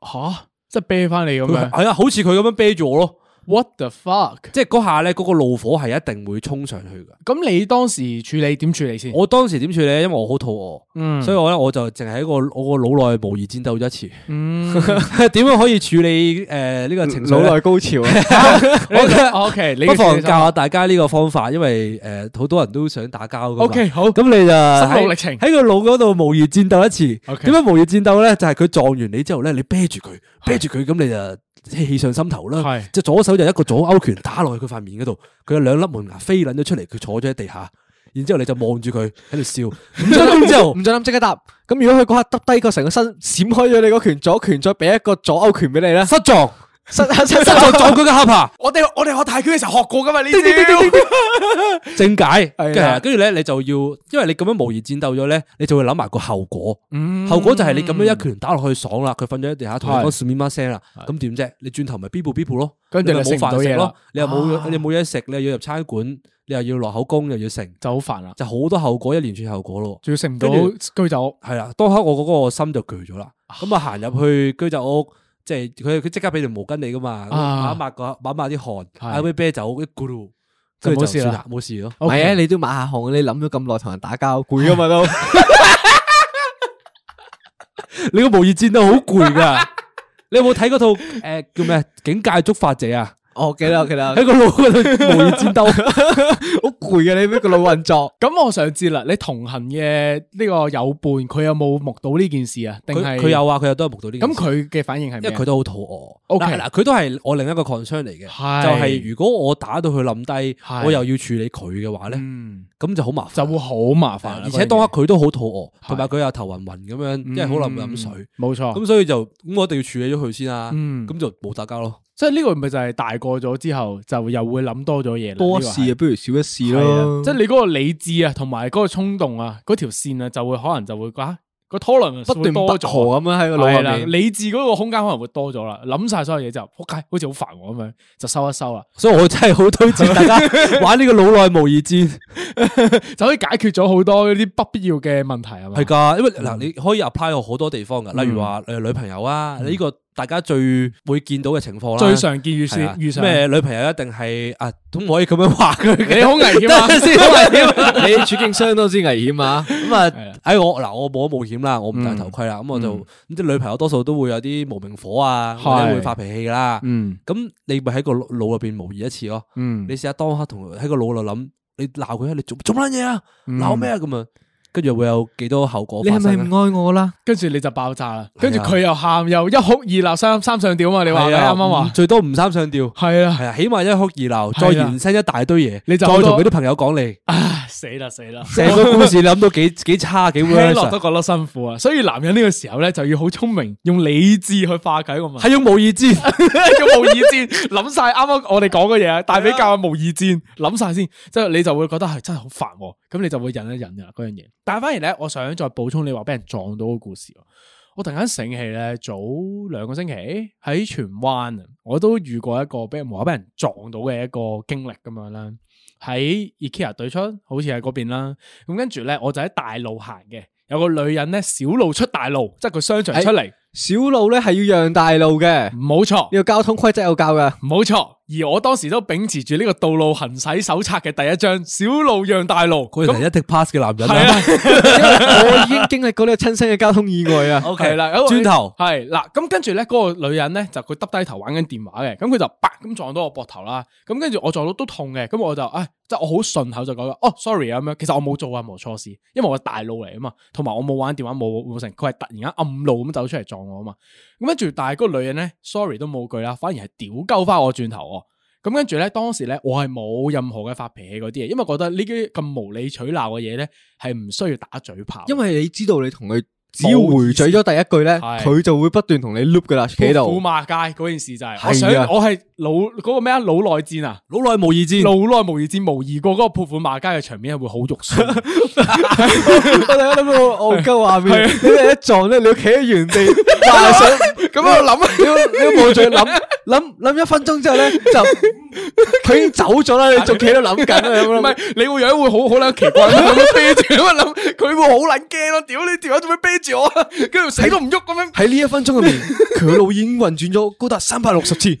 C: 吓，即係啤翻你咁
B: 我，佢
C: 樣。
B: 係啊，好似佢咁樣啤住我咯。
C: What the fuck？
B: 即係嗰下咧，嗰個怒火係一定會衝上去噶。
C: 咁你當時處理點處理先？
B: 我當時點處理呢？因為我好肚
C: 嗯
B: 餓，所以我咧我就淨係喺個我個腦內模擬戰鬥咗一次。
C: 嗯
B: 點樣可以處理诶呢個情緒
A: 腦
B: 咧？
A: 內高潮啊！
B: 我覺得
C: ，OK，你
B: 不
C: 哦
B: 妨教下大家呢個方法，因為诶好多人都想打交噶嘛。
C: OK 好。
B: 咁你就
C: 心路
B: 啊喺
C: 歷程
B: 喺個腦嗰度模擬戰鬥一次。
C: OK
B: 點樣模擬戰鬥咧？就係佢撞完你之後咧，你啤住佢，啤住佢，咁你就氣上心頭啦。
C: 係
B: 即左手就一個左勾拳打落去佢塊面嗰度，佢有兩粒門牙飛撚咗出嚟，佢坐咗喺地下。然之後你就望住佢喺度笑，五分鐘之後
A: 唔准諗，即刻答。咁如果佢嗰刻耷低個成個身，閃開咗你嗰拳左拳，再俾一個左勾拳俾你咧，
B: 失撞，
A: 失失失
B: 失撞撞佢嘅下巴，
C: 我哋我哋學泰拳嘅時候學過噶嘛呢招。
B: 正解。跟
C: 係啊
B: 住跟住咧，你就要，因為你咁樣模擬戰鬥咗咧，你就會諗埋個後果。
C: 嗯
B: 後果就係你咁樣一拳打落去爽啦，佢瞓咗喺地下同你講
C: 係
B: s m i m 聲啦，咁點啫？你轉頭咪 B 步 B 步咯，
C: 跟住
B: 你咪
C: 就
B: 冇
C: 食唔到
B: 飯食
C: 嘢啊啦
B: 咯，你又冇你冇嘢食，你又要入餐館，你又要落口供，又要食，
C: 就好煩啦。
B: 就好多後果一連串後果咯。
C: 仲要食唔到
B: 跟
C: 居酒屋，
B: 係啦，當刻我嗰個心就攰咗啦，咁啊行入去居酒屋。即係佢佢即刻俾條毛巾你噶嘛，抹
C: 啊
B: 一抹個抹一抹啲汗，
C: 係
B: 嗌杯啤酒，一咕嚕，
C: 就
B: 跟住就
C: 冇事啦
B: 算啦，冇事咯。
A: 唔係啊，
C: OK
A: 你都抹下汗，你諗咗咁耐同人打交，攰噶嘛都。
B: 你個模擬戰鬥好攰 噶，你有冇睇嗰套誒叫咩《警戒觸發者》啊？
A: 我記得我記得，
B: 喺個腦嗰度模擬戰 鬥。
A: 好攰嘅你俾個腦運作。
C: 咁我想知啦，你同行嘅呢個友伴，佢有冇目睹呢件事啊？定係
B: 佢佢有啊，佢有都有目睹呢件
C: 咁
B: 事。
C: 佢嘅反應係
B: 因
C: 咩
B: 為
C: 啊？
B: 佢都好肚餓。
C: OK
B: 嗱嗱，佢都係我另一個 concern 嚟嘅，
C: 係
B: 就係如果我打到佢冧低，
C: 係
B: 我又要處理佢嘅話咧，
C: 嗯
B: 咁就好麻煩
C: 就。會好麻煩啊
B: 係啊
C: 啦，
B: 而且當刻佢都好肚餓，
C: 係
B: 同埋佢又頭暈暈咁樣，因為好耐冇飲水
C: 嗯，，冇錯。
B: 咁所以就咁我一定要處理咗佢先啦。
C: 嗯
B: 咁就冇打交咯。
C: 所以呢個咪就係大個咗之後，就又會諗多咗嘢啦。
A: 多一
C: 呢個係
A: 事啊，不如少一事
C: 係啊
A: 咯。
C: 即係你嗰個理智啊，同埋嗰個衝動啊，嗰條線啊，就會可能就會啊個 tolerance
A: 不斷
C: 會
A: 不
C: 多
A: 和
C: 咗。
A: 咁樣喺個腦
C: 係
A: 入
C: 啦，
A: 面。
C: 理智嗰個空間可能會多咗啦，諗晒所有嘢之後，仆街，好似好煩我咁樣，就收一收啦，
B: 所以我真係好推薦大家玩呢個腦內模擬戰，
C: 就可以解決咗好多呢啲不必要嘅問題係嘛？
B: 係㗎，因為嗱你可以 apply 到好多地方㗎，例
C: 嗯
B: 如話誒女朋友啊，呢個大家最會見到嘅情況啦，
C: 最常見遇事
B: 係啊
C: 遇上
B: 咩女朋友一定係啊，都唔可以咁樣話佢嘅，
C: 你好危險 啊！
B: 等陣先好危險啊
A: 你處境相當之危險啊！咁啊，
C: 係啊
B: 哎，我嗱我冇咗冒險啦，我唔
C: 嗯
B: 戴頭盔啦，咁我就咁啲女朋友多數都會有啲無名火啊，或者
C: 係
B: 會發脾氣㗎啦。
C: 嗯
B: 咁你咪喺個腦入邊模擬一次咯。
C: 嗯
B: 你，試下當刻同佢喺個腦度諗，你鬧佢啊，你做做乜嘢啊？
C: 嗯
B: 鬧咩啊？咁啊，跟住會有幾多後果
A: 你
B: 發
A: 係咪
B: 生
A: 唔
B: 啊？
A: 愛我啦？
C: 跟住你就爆炸啦，跟住
B: 係啊
C: 佢又喊又一哭二鬧三三上吊啊嘛！你話
B: 係
C: 你
B: 啊
C: 啱啱話
B: 唔最多唔三上吊，
C: 係啊，
B: 係啊，起碼一哭二鬧，
C: 係
B: 再
C: 啊
B: 延伸一大堆嘢，
C: 你就
B: 再
C: 好多
B: 同佢啲朋友講 你，
C: 唉死啦死啦，
B: 成個故事你諗到幾幾差啊幾 w
C: 聽
B: o
C: 落都覺得辛苦啊！所以男人呢個時候咧就要好聰明，用理智去化解個問題
B: 係，用模擬 戰，
C: 用無意戰諗晒啱啱我哋講嘅嘢啊，大比較嘅無意戰諗晒先，即係你就會覺得係真係好煩喎，咁你就會忍一忍啊嗰樣嘢。但係反而咧，我想再補充你話俾人撞到嘅故事喎。我突然間醒起咧，早兩個星期喺荃灣啊，我都遇過一個俾人無啦啦俾人撞到嘅一個經歷咁樣啦。喺 IKEA 對出，好似喺嗰邊啦。咁跟住咧，我就喺大路行嘅，有個女人咧小路出大路，即係個商場出嚟，
A: 小路咧係要讓大路嘅，呢
C: 冇錯。
A: 個交通規則有教嘅。
C: 冇错，而我當時都秉持住呢個道路行駛手冊嘅第一章，小路讓大路。
B: 佢係一滴 pass 嘅男人
C: 係
B: 啊，
C: 啦，
A: 因為我已經經歷過呢個親身嘅交通意 外啊！
C: 係啦，
B: 轉頭
C: 系嗱，咁跟住咧，嗰、個女人咧就佢耷低頭玩緊電話嘅，咁佢就叭咁撞到我膊頭啦，咁跟住我撞到都痛嘅，咁我就唉，即係我好順口就講咗哦，sorry 啊咁樣，其實我冇做任何錯事，因為我係大路嚟啊嘛，同埋我冇玩電話冇冇成，佢係突然間暗路咁走出嚟撞我啊嘛，咁跟住但係嗰個女人咧，sorry 都冇句啦，反而係屌鳩翻我轉頭喎。咁跟住咧，當時咧，我係冇任何嘅發脾氣嗰啲嘢，因為覺得呢啲咁無理取鬧嘅嘢咧，係唔需要打嘴炮。
A: 因為你知道你同佢只要回嘴咗第一句咧，
C: 係
A: 佢就會不斷同你 loop 噶啦，企喺
C: 虎
A: 度。
C: 馬街嗰件事就係、
A: 係啊
C: 我想我係腦嗰、個咩啊腦內戰啊。
B: 腦內模擬戰，
C: 腦內無疑戰無疑過嗰個潑婦罵街嘅場面係會好肉酸，
A: 我突然間諗到我戇鳩下面，
C: 啊
A: 你哋一撞咧，你要企喺 原地，幻想咁樣諗，你要你要望住佢諗諗諗一分鐘之後咧，就佢已經走咗啦，你仲企喺度諗緊啊咁
C: 唔
A: 樣。
C: 係你個樣會好好撚奇怪咁樣啤住咁樣諗，佢會好撚驚咯！屌你條友做咩啤住我啊？跟住死都唔喐咁樣，
A: 喺呢一分鐘入面，佢個腦已經運轉咗高達三百六十次。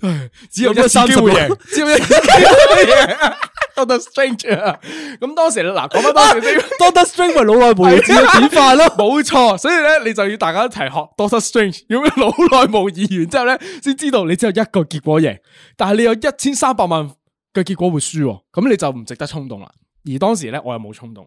C: 只有一次機會 贏，只有一次機會贏。Doctor Strange 啊！咁當時嗱講翻當時呢個
B: Doctor Strange 咪腦內模擬戰
C: 啊
B: 嘅典範咯。
C: 冇錯，所以咧你就要大家一齊學 Doctor Strange，要腦內模擬完之後咧，先知道你只有一個結果贏，但係你有一千三百萬嘅結果會輸喎，咁你就唔值得衝動啦。而當時咧我又冇衝動，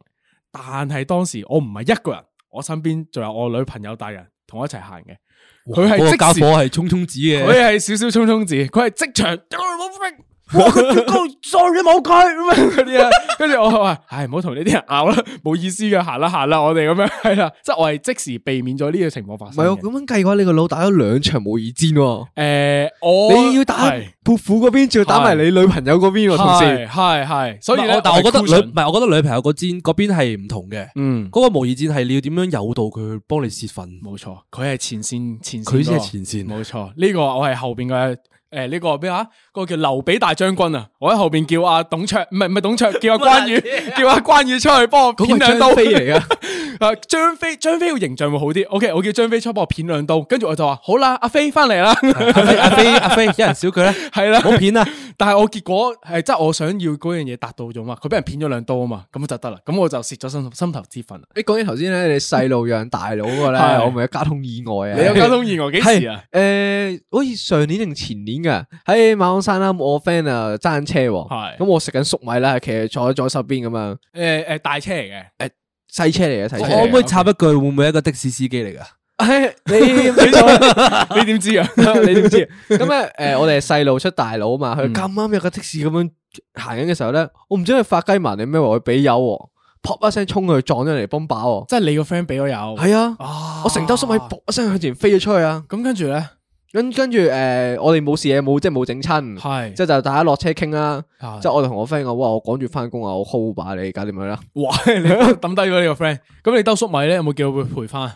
C: 但係當時我唔係一個人，我身邊仲有我女朋友大人同我一齊行嘅，佢係
B: 嗰個
C: 即
B: 家
C: 時
B: 伙係沖沖子嘅，
C: 佢係少少衝衝子，佢係即場，屌你老味 哇佢跳高 sorry 冇佢咁樣嗰啲啊，跟住我話：，唉，唔好同呢啲人拗啦，冇意思嘅，行啦行啦，我哋咁樣係啦，即係我係即時避免咗呢個情況發
A: 唔
C: 生
A: 係
C: 嘅。
A: 我咁樣計嘅話，你個腦打咗兩場模擬戰喎。
C: 誒，我
A: 你要打
C: 係
A: 潑婦嗰邊，仲要打埋你女朋友嗰邊喎，同
C: 係
A: 時
C: 係係，所以
B: 唔係
C: 咧
B: 我，但我覺得
C: 係
B: 女唔係，我覺得女朋友嗰邊嗰邊係唔同嘅。
C: 嗯，
B: 嗰個模擬戰係你要點樣誘導佢去幫你泄 憤，
C: 冇錯，佢係前線前線嗰個，
B: 佢先係前線。
C: 冇錯，呢、個我係後邊嘅。誒呢個咩啊？嗰個叫劉備大將軍啊！我喺後邊叫阿董卓，唔係唔係董卓，叫阿關羽，叫阿關羽出去幫我
A: 嗰
C: 片
A: 個
C: 兩
A: 係
C: 刀
A: 張。飛嚟嘅。
C: 啊，張飛張飛個形象會好啲。OK，我叫張飛出去幫我片兩刀，跟住我就話好啦，阿飛翻嚟啦，
B: 阿飛阿飛阿飛，一人少佢咧，
C: 係啦。
B: 冇片啊！
C: 但係我結果係即係我想要嗰樣嘢達到咗嘛，佢俾人片咗兩刀啊嘛，咁就得啦。咁我就蝕咗心心頭之憤啦。 啊
A: 你講起頭先咧，你細路讓大佬嗰個咧，
C: 係
A: 我咪有交通意外啊！
C: 你有交通意外幾時啊？
A: 誒，好似上年定前年㗎，喺馬鞍山啦，我 friend 啊揸緊車喎，
C: 係
A: 咁我食緊粟米啦，其實坐喺左手邊咁樣，
C: 誒誒，大車嚟嘅，
A: 細車嚟嘅細
B: 我可
A: 車嚟
B: 唔
A: 嘅。
B: 可以插一句？會唔會係一個的士司機嚟噶？
A: 唉你
C: 你 點知啊？
A: 你點知？咁咧誒，我哋係細路出大佬嘛，佢咁啱有架的士咁樣行緊嘅時候咧，我唔知佢發雞盲定咩話，佢俾油喎，噗一聲衝佢撞咗人哋泵把喎。
C: 即係你個 friend 俾我有
A: 係啊，
C: 啊
A: 我成兜粟米噗一聲向前飛咗出去啊！
C: 咁跟住咧
A: 跟跟住诶，誒我哋冇事嘅，冇即係冇整
B: 嗯
A: 親，
C: 係
A: 即係就大家落車傾啦。
C: 係
A: 即 係我同我 friend 講，哇！我趕住翻工啊，我 hold 把你搞掂佢啦。
C: 哇！你抌低咗呢個 friend，咁你兜粟米咧有冇叫佢賠翻？啊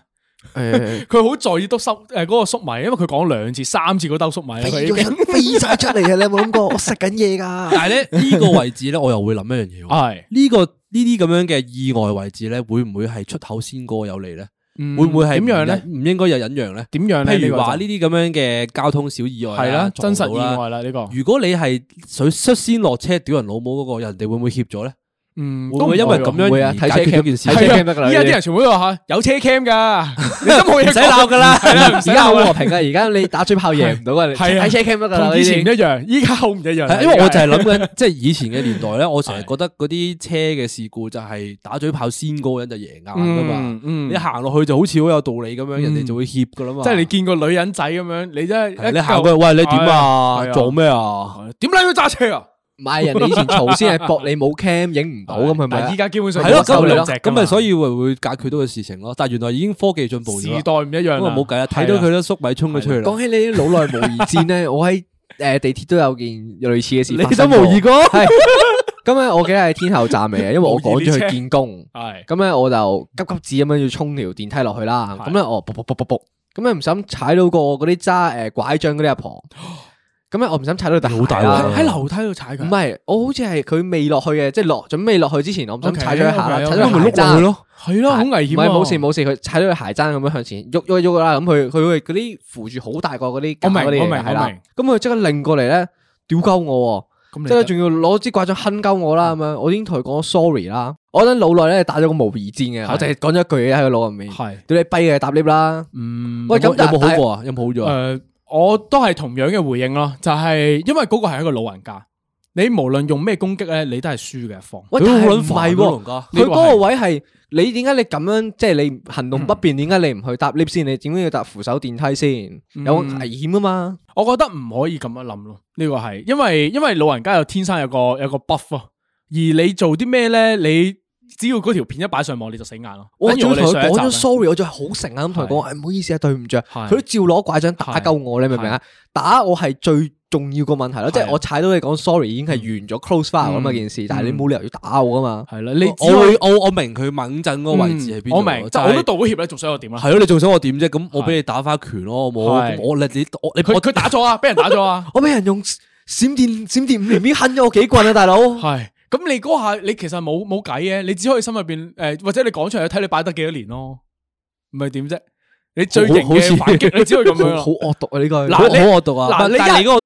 A: 诶，
C: 佢好在意督粟诶嗰個粟米，因為佢講兩次、三次嗰兜粟
B: 哎
C: 米啦，佢已 經
A: 飞晒出嚟啊！你有冇谂过？我食紧嘢 噶。
B: 但系咧呢個位置咧，我又會諗一樣嘢喎。
C: 係
B: 呢個呢啲咁樣嘅意外位置咧，會唔會係出口先過有利咧？會唔會係
C: 嗯點樣咧？
B: 唔忍唔應該有忍讓咧？
C: 點樣咧？
B: 譬如話呢
C: 呢
B: 啲咁樣嘅交通小意
C: 個
B: 外啊
C: 就係啦，真實
B: 實
C: 意外啦呢個，
B: 如果你係想率先落車屌人老母嗰個，人哋會唔會協咗咧？
C: 嗯，
B: 會唔會因為咁
C: 樣？
B: 樣
A: 會啊
B: 而
A: 睇
B: 解
A: 車
B: 決
A: cam，
B: 咗件事
A: 睇？
C: 係
A: 車
C: 啊
A: cam 得㗎啦
C: 依家
A: 已
C: 啲
A: 經
C: 人全部都話嚇有車 cam 噶，你都冇嘢
B: 唔使鬧㗎啦
C: 係啦，唔
A: 而
C: 使
A: 家好
C: 鬧
A: 和
C: 啦，
A: 平啊噶，而家你打嘴炮贏唔到啊！你
C: 係啊
A: 睇車 cam 得噶啦，
C: 同以
A: 已
C: 前唔
A: 經
C: 一樣，依家好唔一樣啦。
B: 係因為我就係
C: 係
B: 諗緊， 即係以前嘅年代咧，我成日
C: 係
B: 覺得嗰啲車嘅事故就係打嘴炮先嗰個人就贏硬噶嘛。
C: 嗯
B: 你行落去就好似好有道理咁樣，人哋就會協噶啦嘛。
C: 即係你見個女人仔咁樣，你真係
B: 係你行過去，喂你點啊？做
C: 做
B: 咩啊？
C: 點解要揸車啊？
A: 唔係人哋以前嘈先係搏你冇 cam 影唔到咁係咪
C: 但
A: 啊
C: 係依？家基本上
B: 係咯，
A: 手
B: 咁
A: 嚟
B: 咪
A: 咯
B: 咁咪所
C: 以
B: 以會會解決到嘅事情咯。但係原來已經科技進步咗啦
C: 時，代唔一樣
B: 咁
C: 啦
B: 啊冇計啦，睇到佢都粟米衝咗出去啦
A: 講。起你啲老來無疑戰咧，我喺诶地鐵都有件類似嘅事
B: 你
A: 發生
B: 都無疑
A: 過。係咁咧，我記得係天后站嚟嘅，因為我趕咗去見工。
C: 係
A: 咁咧我就急急止咁樣要衝條電梯落去啦。
C: 係
A: 咁咧我噗噗噗噗噗，咁咧唔小心踩到個嗰啲揸诶拐杖嗰啲阿婆。咁咧我唔小心踩到對
B: 好大
A: 鞋啦
B: 鑊啊
C: 喺樓梯度踩
A: 唔
C: 佢，
A: 係，我好似係佢未落去嘅，即係落準備落去之前，我唔想
C: OK，
A: 踩咗佢下啦，
C: OK，OK，
A: 踩咗
C: 咁咪碌
A: 佢鞋
C: 落
A: 踭
C: 去咯，係咯，好危險
A: 唔
C: 啊！
A: 係冇事冇事，佢踩到佢鞋踭咁樣向前喐喐喐啦，咁佢佢會嗰啲扶住好大個嗰啲
C: 我
A: 架
C: 明
A: 嗰啲
C: 我明
A: 嘢係
C: 我
A: 啦
C: 明，
A: 咁佢即刻擰過嚟咧，屌鳩我
C: 咁
A: 喎，
C: 你
A: 即係
C: 得
A: 仲要攞支拐杖哼鳩我啦咁樣，我已經同佢講 sorry 啦，我嗰陣腦內咧打咗個無疑戰嘅，
C: 係
A: 我淨係講咗一句嘢喺佢腦入面，
C: 係
A: 屌你跛嘅搭 lift 啦，
C: 嗯
A: 喂咁
B: 有
A: 但
B: 冇好
A: 但
B: 過啊？有冇好咗啊？
C: 诶、嗯我都系同樣嘅回應咯，就係因為嗰個係一個老人家，你無論用咩攻擊咧，你都係輸嘅一方。
A: 喂
B: 佢
A: 但
B: 好撚
A: 係唔
B: 煩
C: 啊
B: 喎，
A: 係喎
B: 龍。哥。
A: 佢
C: 呢個
A: 嗰
C: 係
A: 個位係你點解你咁樣即係你行動
C: 嗯
A: 不便？點解你唔去搭 lift 先？你點解要搭扶手電梯
C: 嗯
A: 先？有危險啊嘛！
C: 我覺得唔可以咁樣諗咯，呢、個係因為因为老人家有天生有個有个 buff 啊，而你做啲咩咧，你只要嗰條片一擺上網，你就死硬咯。
A: 我
C: 跟住
A: 仲
C: 哋
A: 同佢
C: 上一集
A: 講咗
C: 呢
A: sorry，我仲係好誠懇咁同佢講，誒唔好意思啊，對唔住啊，
C: 係
A: 佢都照攞拐杖打鳩我，你明唔明啊？打我係最重要個問題咯，即係
C: 係嗯
A: 我踩到你講 sorry 已經係完咗 close file 咁啊件事，但係你冇理由要打我噶嘛。
C: 係啦，你
B: 我
C: 只可以
B: 會我我明佢猛震嗰個位置喺邊度
C: 嗯我明，即係我都道過歉啦，仲想我點啦？
B: 係咯，你仲想我點啫？咁我俾你打翻拳咯，我冇
C: 係
B: 我你你我你
C: 佢
B: 我
C: 佢打咗啊，俾人打咗啊。
A: 我俾人用閃電閃電五連鞭恨咗我幾棍啊，大佬！
C: 系，咁你嗰下你其實冇冇計嘅，你只可以心入边诶，或者你講出嚟睇你擺得幾多年咯，唔係點啫？你最型
B: 好好似
C: 嘅反擊，你只可以咁樣
A: 好好
C: 咯。
A: 惡毒啊呢句。
C: 嗱
B: 好
C: 你
B: 好惡毒啊！
C: 嗱
B: 但
C: 你
B: 但係
C: 一
B: 你嗰個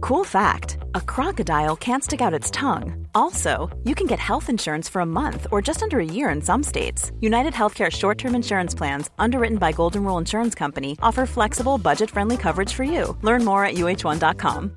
D: Cool fact a crocodile can't stick out its tongue. Also, you can get health insurance for a month or just under a year in some states. United Healthcare short term insurance plans, underwritten by Golden Rule Insurance Company, offer flexible, budget friendly coverage for you. Learn more at uh1.com.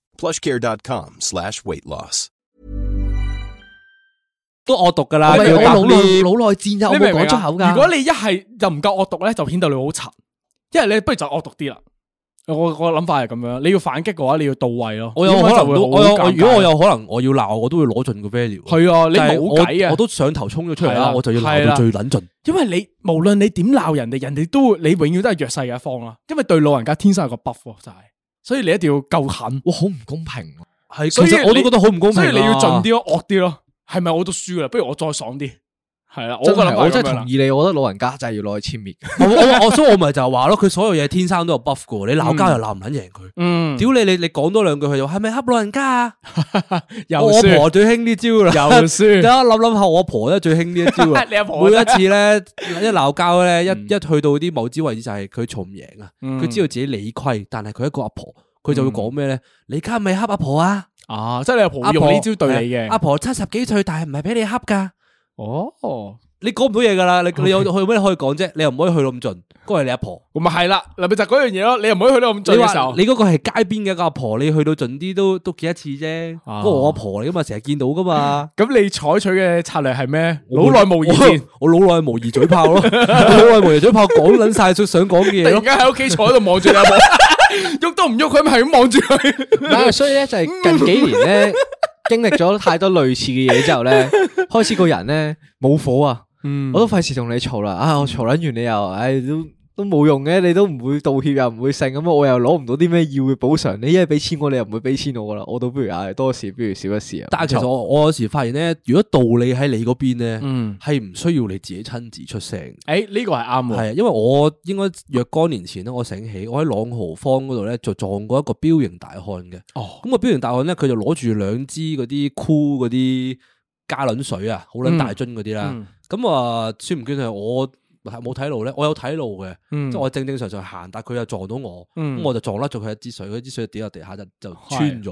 E: Plushcare.com slash weight loss.
B: 都惡毒㗎啦，
A: 我
C: 喂
A: 咪
B: 叫
A: 我
B: 佢打
A: 腦內
B: 你
A: 腦內戰啊，我
C: 你明
A: 冇
C: 唔明
A: 講出
C: 啊？
A: 口㗎。
C: 如果你一係就唔夠惡毒咧，就顯得你好柒。一係你不如就惡毒啲啦。我我諗法係咁樣，你要反擊嘅話，你要到位咯。
B: 我有
C: 如
B: 可
C: 果
B: 能
C: 就會
B: 都
C: 好
B: 我有我
C: 尷尬
B: 如果我有可能我要鬧我都會攞盡個 value。
C: 係啊，你
B: 但係
C: 冇計
B: 我
C: 啊
B: 我。都上頭衝咗出嚟
C: 係
B: 啦，
C: 啦
B: 我就要
C: 係
B: 鬧到
C: 啦
B: 最撚盡。
C: 因為你無論你點鬧人哋，人哋都會你永遠都係弱勢嘅一方啦。因為對老人家天生有個 buff 喎就係，所以你一定要夠狠。
A: 哇，好唔公平喎。
B: 係，其
C: 所以
B: 實我都
C: 你
B: 覺得好唔公平
C: 所
B: 啊。
C: 以你要盡啲咯，惡啲咯，係咪我都輸噶啦？不如我再爽啲，係啦，
B: 啊
C: 我
A: 真
C: 個
A: 係
C: 諗法
A: 我
C: 係
A: 真
C: 咁
A: 係
C: 樣啦
A: 同。意你，我覺得老人家就係要攞去殲 滅。
B: 我我我所以我咪就係話咯，佢所有嘢天生都有 buff 噶，你鬧交又鬧唔撚贏佢。
C: 嗯，
B: 屌你你你講多兩句佢就話係咪恰老人家啊？
C: 又
B: 我阿
C: 輸
B: 婆最興呢招啦。
C: 又
B: 等
C: 輸，
B: 我諗諗下，我阿婆咧最興呢一招啊
C: ！你阿婆
B: 每
C: 真
B: 一次咧一鬧交咧，一一去到啲某啲位置就係佢嘈唔贏啊！
C: 嗯
B: 佢知道自己理虧，但係佢一個阿婆，佢就會講咩咧？你家咪恰阿婆啊！
C: 啊，即係你阿婆
B: 阿
C: 會
B: 婆
C: 用呢招對你
B: 係啊阿
C: 嘅。
B: 婆七十幾歲，但係唔係俾你恰噶。
C: 哦，
B: 你講唔到嘢噶啦，你你有去咩可以講啫？你又唔可以去到咁盡，嗰個係你阿婆。
C: 咁咪系啦，嗱咪就係嗰樣嘢咯，你又唔可以去到咁盡
B: 你
C: 嘅
B: 話
C: 時候，
B: 你嗰個係街邊嘅一個阿婆，你去到盡啲都都見一次啫。
C: 啊
B: 嗰個我阿婆嚟噶嘛，成日見到噶嘛。
C: 咁你採取嘅策略係咩？ 老耐無意見，
B: 我，我老耐無疑嘴 炮咯，老耐無疑嘴炮講撚晒想講嘅
C: 突
B: 嘢
C: 然
B: 咯。
C: 間喺屋企坐喺度望住你阿婆， 喐都唔喐，佢咪係咁望住佢。
A: 但係所以咧就係近幾年咧經歷咗太多類似嘅嘢之後 咧，開始個人咧冇火啊，我都費事同你嘈啦，啊我嘈撚完你又，唉都都冇用嘅，你都唔會道歉又唔會剩咁我又攞唔到啲咩要嘅補償，你一係俾錢我，你又唔會俾錢我噶啦，我倒不如唉多一事不如少一事啊。
B: 但係其實我我有時發現咧，如果道理喺你嗰邊咧，
C: 嗯
B: 係唔需要你自己親自出聲。
C: 诶，呢個係啱喎。
B: 係，因為啊我應該若干年前咧，我醒起，我喺朗豪坊嗰度咧就撞過一個彪形大漢嘅。
C: 哦，
B: 咁個彪形大漢咧，佢就攞住兩支嗰啲箍嗰啲加侖水啊，好撚大樽嗰啲啦
C: 嗯。
B: 咁啊，算唔算係我冇睇路咧？我有睇路嘅，
C: 嗯
B: 即係我正正常常行，但係佢又撞到我，
C: 嗯
B: 咁我就撞甩咗佢一支水，佢支水就跌落地下就就穿咗。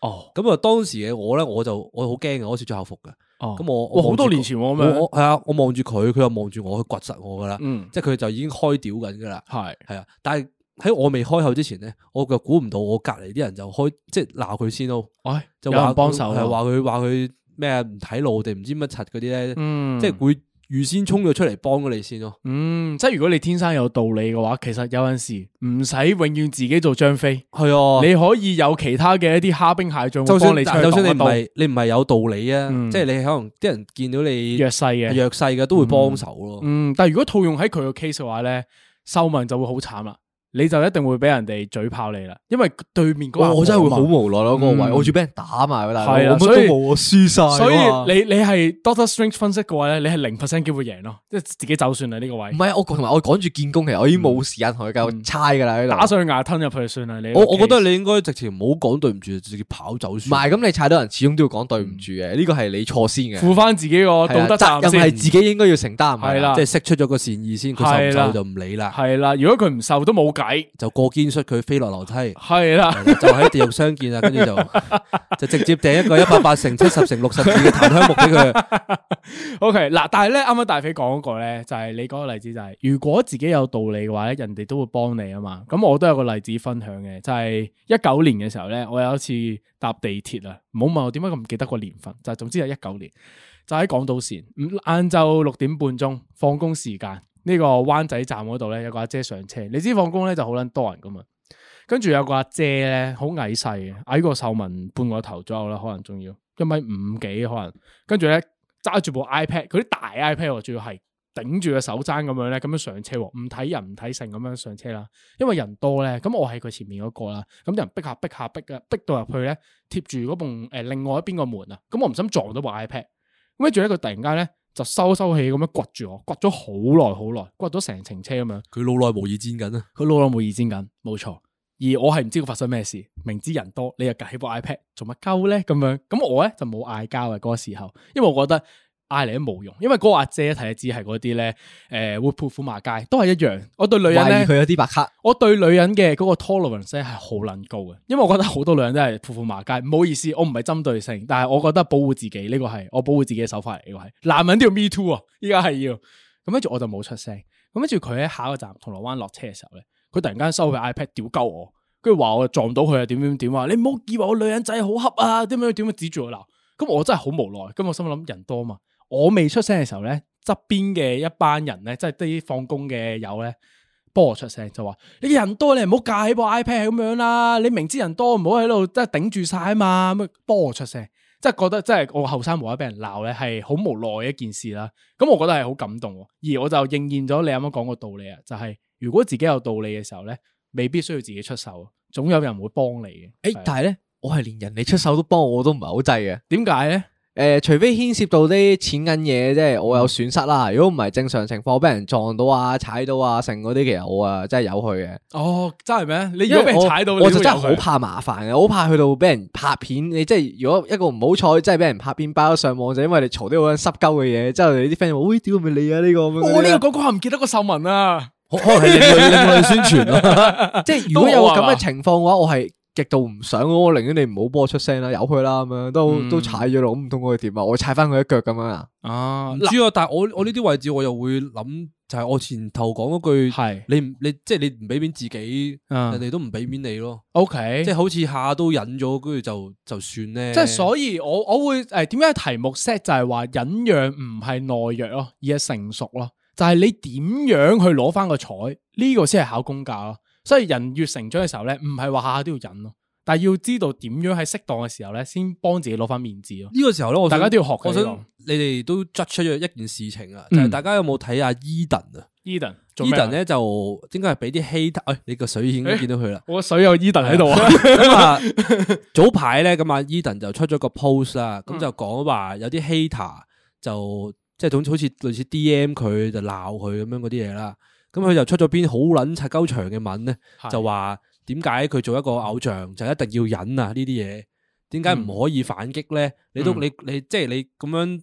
C: 哦，
B: 咁啊，當時嘅我咧，我就我好驚嘅，啊我好似着校服嘅。
C: 哦
B: 咁我
C: 哇好多年前喎咁樣
B: 我係啊，我望住佢，佢又望住我，佢掘實我噶啦，
C: 嗯
B: 即係佢就已經開屌緊噶啦，
C: 係
B: 係啊。但係喺我未開口之前咧，我就估唔到我隔離啲人就開即係鬧佢先咯，
C: 唉，
B: 就
C: 有人
B: 話
C: 幫手
B: 係啊
C: 喎，
B: 話佢話佢咩啊唔睇路定唔知乜柒嗰啲咧，
C: 嗯
B: 即係會預先衝咗出嚟幫咗你先咯。
C: 嗯，即係如果你天生有道理嘅話，其實有陣時唔使永遠自己做張飛，
B: 係啊，
C: 你可以有其他嘅一啲蝦兵蟹將
B: 就
C: 會
B: 算
C: 幫你出去
B: 就算你唔
C: 擋一刀，
B: 係你唔係有道理啊，
C: 嗯
B: 即係你可能啲人見到你
C: 弱勢嘅
B: 係弱勢嘅都會幫手咯。
C: 嗯，但系如果套用喺佢嘅 case 嘅話咧，秀文就會好慘啦，你就一定會俾人哋嘴炮你啦，因為對面嗰個
A: 我我真係會好
C: 阿婆
A: 無奈咯，嗰個位
C: 嗯
A: 我仲俾人打埋喎，大佬
C: 係啊
A: 我乜
C: 所以
A: 都冇，我輸晒
C: 嘛
A: 啊。
C: 所以你你係 Doctor Strange 分析嘅話咧，你係零 percent 機會贏咯，即係自己走算啦呢個位
A: 唔，係我啊同埋我趕住見工，其實我已經冇時間同佢夠猜噶啦喺
C: 嗯
A: 度。
C: 打上牙吞入去算啦。你
B: 我我覺得
C: 你
B: 你應該直情唔好講對唔住，直接跑走
A: 唔
B: 算。
A: 係咁，你踩到人始終都要講對唔住嘅，呢個係你錯先嘅。
C: 嗯負翻自己個道德
A: 責
C: 責
A: 任係
C: 任先。
A: 自己應該要承擔，係
C: 係啦
B: 即係釋出咗個善意先，佢
C: 係
B: 受唔
C: 啦
B: 受就唔理啦，
C: 係啦，如果佢唔受都冇計。
B: 就過肩摔佢飛落 樓梯，係
C: 係啦，
B: 啦就喺地獄相見啊！跟住 就就直接掟一個一百八乘七十乘六十字嘅檀香木俾 佢。
C: OK 嗱，但係咧，啱啱大肥講嗰個咧，就係、你嗰個例子就係、如果自己有道理嘅話咧，人哋都會幫你啊嘛。咁我都有個例子分享嘅，就係一九年嘅時候咧，我有一次搭地鐵啊，唔好問我點解咁唔記得個年份，就係總之係一九年，就喺港島線，嗯晏晝六點半鐘放工時間，呢、個灣仔站嗰度咧有個阿姐上車，你知放工咧就好撚多人噶嘛。跟住有個阿姐咧，好矮細嘅，矮過秀文半個頭左右啦，可能仲要一米五幾可能。跟住咧揸住部 iPad，佢啲大 iPad 喎，仲要係頂住個手踭咁樣咧，咁樣上車喎，唔睇人唔睇成咁樣上車啦。因為人多咧，咁我喺佢前面嗰個啦，咁人逼下逼下逼啊，逼到入去咧，貼住嗰埲誒另外一邊個門啊，咁我唔心撞到部 iPad，咁跟住咧佢突然間咧就收收氣咁樣掘住我，掘咗好耐好耐，掘咗成程車咁樣。
B: 佢老耐無意戰緊啊！
C: 佢老老冇意見緊，冇錯。而我係唔知佢發生咩事，明知人多，你又夾起部 iPad 做乜鳩咧？咁樣咁我咧就冇嗌交嘅嗰個時候，因為我覺得嗌嚟都冇用，因為嗰個阿姐睇只係嗰啲咧，誒、會潑婦罵街，都係一樣。我對女人
A: 懷疑佢
C: 咧，
A: 有啲白卡。
C: 我對女人嘅嗰個 tolerance 咧係好撚高嘅，因為我覺得好多女人都係潑婦罵街。唔好意思，我唔係針對性，但係我覺得保護自己呢、個係我保護自己嘅手法嚟，呢、個係男人都要 me too 啊，依家係要。咁跟住我就冇出聲。咁跟住佢喺下一個站銅鑼灣落車嘅時候咧，佢突然間收佢 iPad 屌鳩我，跟住話我撞到佢啊點點點啊！你唔好以為我女人仔好恰啊，點樣點樣指住我鬧。咁我真係好無奈。咁我心諗人多嘛，我未出聲嘅時候咧，側邊嘅一班人咧，即係啲放工嘅友咧。幫我出聲就話：你人多，你唔好架起部 iPad 咁樣啦！你明知人多，唔好喺度即係頂住晒啊嘛！咁幫我出聲，即係覺得即係我後生無啦啦俾人鬧咧，係好無奈嘅一件事啦。咁我覺得係好感動喎，而我就應驗咗你啱啱講個道理啊，就係、如果自己有道理嘅時候咧，未必需要自己出手，總有人會幫你嘅。
A: 誒
C: 係，啊
A: 但係咧，我係連人哋出手都幫我我都唔係好制嘅。
C: 點解咧？
A: 誒，除非牽涉到啲錢銀嘢，即係我有損失啦。如果唔係正常情況，俾人撞到啊、踩到啊、剩嗰啲，其實我啊真係有去嘅。
C: 哦，真係咩？你如
A: 因
C: 果
A: 為
C: 俾人踩到，
A: 我
C: 你
A: 我
C: 都
A: 就
C: 會
A: 真係
C: 有
A: 好
C: 佢
A: 怕麻煩嘅，我好怕去到俾人拍片。你即係如果一個唔好彩，真係俾人拍片包咗上網，就因為你嘈啲好撚濕鳩嘅嘢，之後你啲 friend 話：，喂，屌係咪你啊呢個咁樣嗰啲啦。
C: 哦我呢個講講下唔記得個秀文啊！
B: 可可能係另類另類宣傳咯。
A: 即係如果有
C: 都好啊
A: 咁
C: 嘛
A: 嘅情況嘅話，我係極度唔想，我寧願你唔好幫我出聲啦，由佢啦咁樣，都、
C: 嗯
A: 都踩咗落，咁唔通我點啊？我踩翻佢一腳咁樣啊？
C: 啊，
B: 主要但係我我呢啲位置我又會諗，就係我前頭講嗰句，
C: 係
B: 你唔你即係你唔俾面自己，
C: 嗯
B: 人哋都唔俾面你咯，
C: O K，
B: 即係好似下都忍咗，跟住就就算咧。
C: 即係所以我我会诶点解題目 set 就係話忍讓唔係懦弱咯，而係成熟咯，就係你點樣去攞翻個彩呢、個先係考功架咯。所以人越成長嘅時候咧，唔係話下下都要忍咯，但係要知道點樣喺適當嘅時候咧，先幫自己攞翻面子咯。
B: 呢個時候咧，我想
C: 大家都要學嘅
B: 我
C: 呢個
B: 想你哋都 judge 出咗一件事情啊，就係
C: 嗯
B: 大家有冇睇阿 Eden 啊
C: Eden 做咩啊
B: ？Eden，咧就應該係俾啲 hater，哎你個水已經見到佢啦。
C: 我個水有 Eden 喺度 啊。
B: 咁啊，早排咧，咁啊，Eden 就出咗個 post 啦，
C: 嗯
B: 咁就講話有啲 hater 就即係總之好似類似 DM 佢就鬧佢咁樣嗰啲嘢啦。咁佢就出咗篇好撚柒鳩長嘅文咧，
C: 係
B: 就話點解佢做一個偶像就一定要忍啊呢啲嘢？點解唔可以反擊咧？你都
C: 嗯
B: 你你即係你咁樣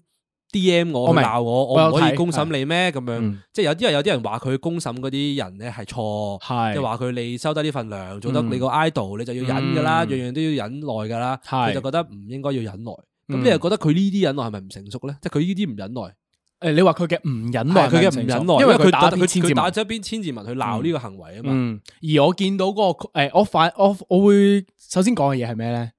B: DM 我
C: 我明
B: 去鬧我，
C: 我
B: 我
C: 有
B: 唔可以
C: 睇
B: 公審你咩？咁樣
C: 嗯
B: 即係有啲人有啲人話佢公審嗰啲人咧係錯。
C: 係
B: 即係話佢你收低呢份糧，做得
C: 嗯
B: 你個 idol，你就要忍噶啦，
C: 嗯
B: 樣樣都要忍耐噶啦，
C: 係
B: 佢就覺得唔應該要忍耐。咁
C: 嗯
B: 你又覺得佢呢啲忍耐係咪唔成熟咧？即係佢呢啲唔忍耐，
C: 诶，你話佢嘅唔忍耐，
B: 係佢嘅唔忍耐，
C: 因為佢
B: 打
C: 打篇千字
B: 佢打
C: 文。
B: 咗一篇千字文去鬧呢個行為啊嘛。
C: 嗯，而我見到嗰、個诶、我反我我會首先講嘅嘢係咩咧？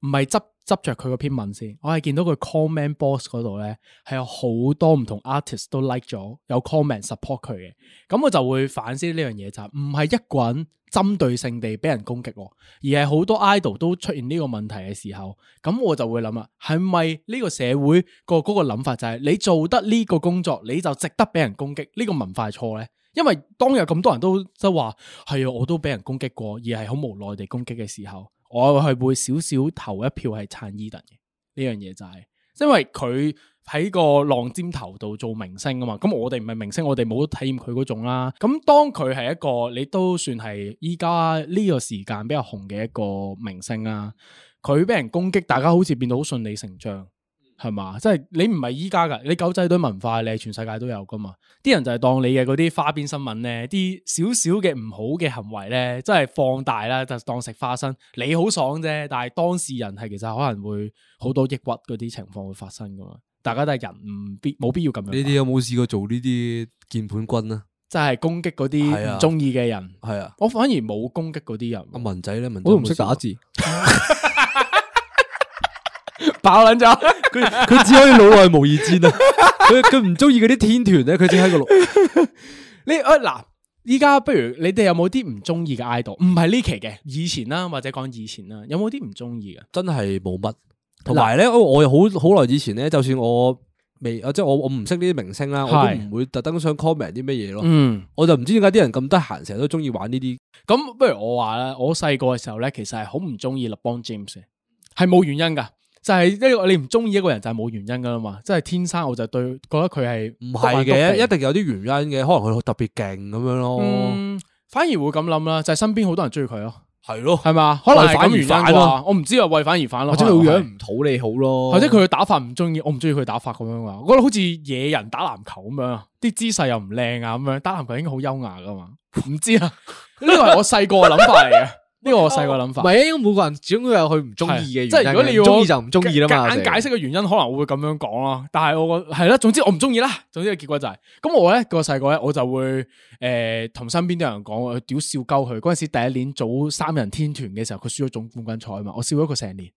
C: 唔係執執着佢嗰篇文先，我係見到佢 comment box 嗰度咧係有好多唔同 artist 都 like 咗，有 comment support 佢嘅。咁我就會反思呢樣嘢就係唔係一個人針對性地俾人攻擊喎，而係好多 idol 都出現呢個問題嘅時候，咁我就會諗啦，係咪呢個社會個嗰個諗法就係你做得呢個工作你就值得俾人攻擊？呢、個文化係錯咧？因為當有咁多人都即係話係啊，我都俾人攻擊過，而係好無奈地攻擊嘅時候，我係會少少投一票係撐 Eden 嘅呢樣嘢就係、因為佢喺個浪尖頭度做明星啊嘛，咁我哋唔係明星，我哋冇體驗佢嗰種啦。咁當佢係一個你都算係依家呢個時間比較紅嘅一個明星啦，佢俾人攻擊，大家好似變到好順理成章。
B: 嗯
C: 係嘛？即係你唔係依家㗎，你狗仔隊文化你係全世界都有㗎嘛？啲人就係當你嘅嗰啲花邊新聞咧，啲少少嘅唔好嘅行為咧，真係放大啦，就當食花生。你好爽啫，但係當事人係其實可能會好多抑鬱嗰啲情況會發生噶嘛。大家都係人，唔必冇必要咁樣。
B: 你哋有冇試過做呢啲鍵盤軍啊？
C: 就係攻擊
B: 係
C: 嗰啲
B: 啊
C: 唔中意嘅人，
B: 係啊，
C: 我反而冇攻擊嗰啲人
B: 阿，文仔咧，文仔
A: 我都
B: 有
A: 唔
B: 冇
A: 識
B: 試過
A: 打，字，
C: 爆撚咗。
B: 佢只可以腦內無意戰 啊！佢佢唔中意嗰啲天團咧，佢只喺個腦。
C: 你啊嗱，依家不如你哋有冇啲唔中意嘅 idol？唔係呢期嘅，以前啦，或者講以前啦，有冇啲唔中意嘅？
B: 真係冇乜。同埋咧，我我又好好耐以前咧，就算我未啊，即係我我唔識呢啲明星啦，我都
C: 係
B: 唔會特登想 comment 啲咩嘢咯。
C: 嗯。
B: 我就唔知點解啲人咁得閒，成日都中意玩呢啲。
C: 咁不如我話啦，我細個嘅時候咧，其實係好唔中意 LeBron James 嘅，係冇原因噶，就係呢個你唔中意一個人就係冇原因噶啦嘛，即係天生我就對覺得佢係
B: 唔係嘅，一定有啲原因嘅，可能佢特別勁咁樣咯。
C: 嗯，反而會咁諗啦，就係身邊好多人中意佢咯，
B: 係咯，
C: 係嘛？可能係
B: 為反而
C: 咁原因
B: 反
C: 啩
B: 咯，
C: 我唔知啊，為反而反咯，
A: 或者
C: 可能
A: 佢
C: 係
A: 樣唔討你好咯，
C: 或者佢嘅打法唔中意，我唔中意佢打法咁樣啊，我覺得好似野人打籃球咁樣啊，啲姿勢又唔靚啊，咁樣打籃球應該好優雅噶嘛，唔知啊，呢個係我細個嘅諗法嚟嘅，呢個我細個諗
A: 唔
C: 法。
A: 係啊，應該每個人始終都有佢唔中意嘅原
C: 係
A: 因嘅，
C: 即係如果你要
A: 唔中意就唔中意啦嘛。
C: 夾硬解釋嘅原因，可能我會咁樣講咯。但係我個係啦，總之我唔中意啦。總之嘅結果就係、咁我咧個細個咧，我就會誒同、身邊啲人講，我屌笑鳩佢。嗰陣時第一年組三人天團嘅時候，佢輸咗總冠軍賽啊嘛，我笑咗佢成年。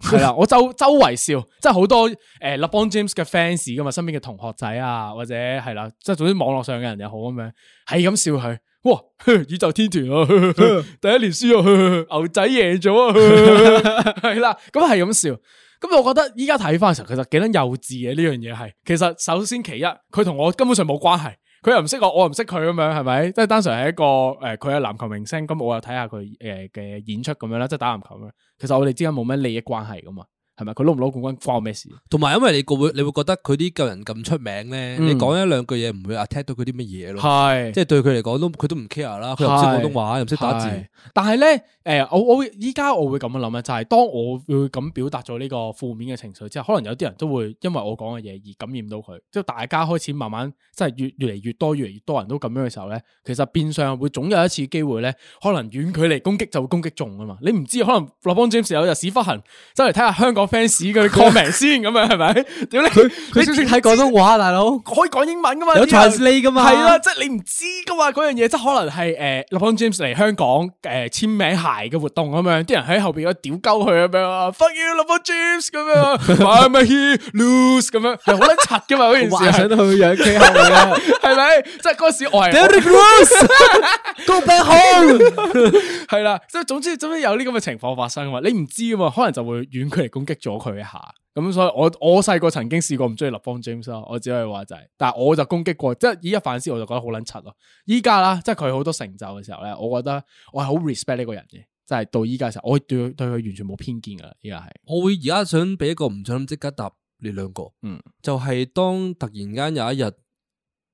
C: 係 啦，我周周圍笑，即係好多誒 LeBron James 嘅 fans 噶嘛，身邊嘅同學仔啊，或者係啦，即係總之網絡上嘅人又好咁樣，係咁笑佢。哇！ 宇宙天團啊， 第一年輸啊， 牛仔贏咗啊， 係啦，咁係咁笑。咁我覺得依家睇翻嘅時候，其實幾撚幼稚嘅呢樣嘢係。其實首先其一，佢同我根本上冇關係，佢又唔識我，我又唔識佢咁樣，係咪？即係單純係一個誒，佢係籃球明星，咁我又睇下佢誒嘅演出咁樣啦，即係打籃球咁樣。其實我哋之間冇咩利益關係噶嘛，係咪？佢攞唔攞冠軍關我咩事？
B: 同埋因為你個會，你會覺得佢啲舊人咁出名咧，
C: 嗯
B: 你講一兩句嘢唔會 attack 到佢啲乜嘢咯。
C: 係
B: 即係對佢嚟講都佢都唔 care 啦，佢又唔識
C: 係
B: 廣東話，又唔識打字
C: 係。但係咧，诶、我我會依家我會咁樣諗啊，就係當我會咁表達咗呢個負面嘅情緒之後，可能有啲人都會因為我講嘅嘢而感染到佢，即係大家開始慢慢即係越越嚟越多，越嚟越多人都咁樣嘅時候咧，其實變相會總有一次機會咧，可能遠距離攻擊就會攻擊中啊嘛，你唔知可能 LeBron James 有日屎忽痕，走嚟睇下香港 fans 嗰啲 comment 先咁樣係咪？屌你，
A: 佢識唔識睇廣東話啊， 大佬？
C: 可以講英文噶嘛？
B: 有
C: 啲人
B: translate 㗎嘛
C: 係啦，即係你唔知噶嘛嗰樣嘢，即係可能係诶 LeBron James 嚟香港诶簽名鞋嘅活動咁樣，啲人喺後边嗰屌鳩佢咁樣啊，fuck you LeBron James 咁樣，I'm a hero lose 咁樣，係好撚柒噶嘛嗰件
A: 幻
C: 事啊
A: 想到佢樣 傾下你啊！
C: 係，係咪？即係嗰時我係
B: Derrick Rose，Go back home。
C: 係啦，即係總之總之有呢咁嘅情況發生啊嘛，你唔知噶嘛，可能就會遠距離攻擊咗佢一下。咁所以我我細個曾經試過唔中意立邦 James 咯，我只可以話就係，但係我就攻擊過，即係以一反思，我就覺得好撚柒咯。依家啦，即係佢好多成就嘅時候咧，我覺得我係好 respect 呢個人嘅，即係到依家嘅時候，我對佢對佢完全冇偏見噶啦，依家係，
B: 我會而家想俾一個唔想即刻答你兩個，
C: 嗯，
B: 就係當突然間有一日，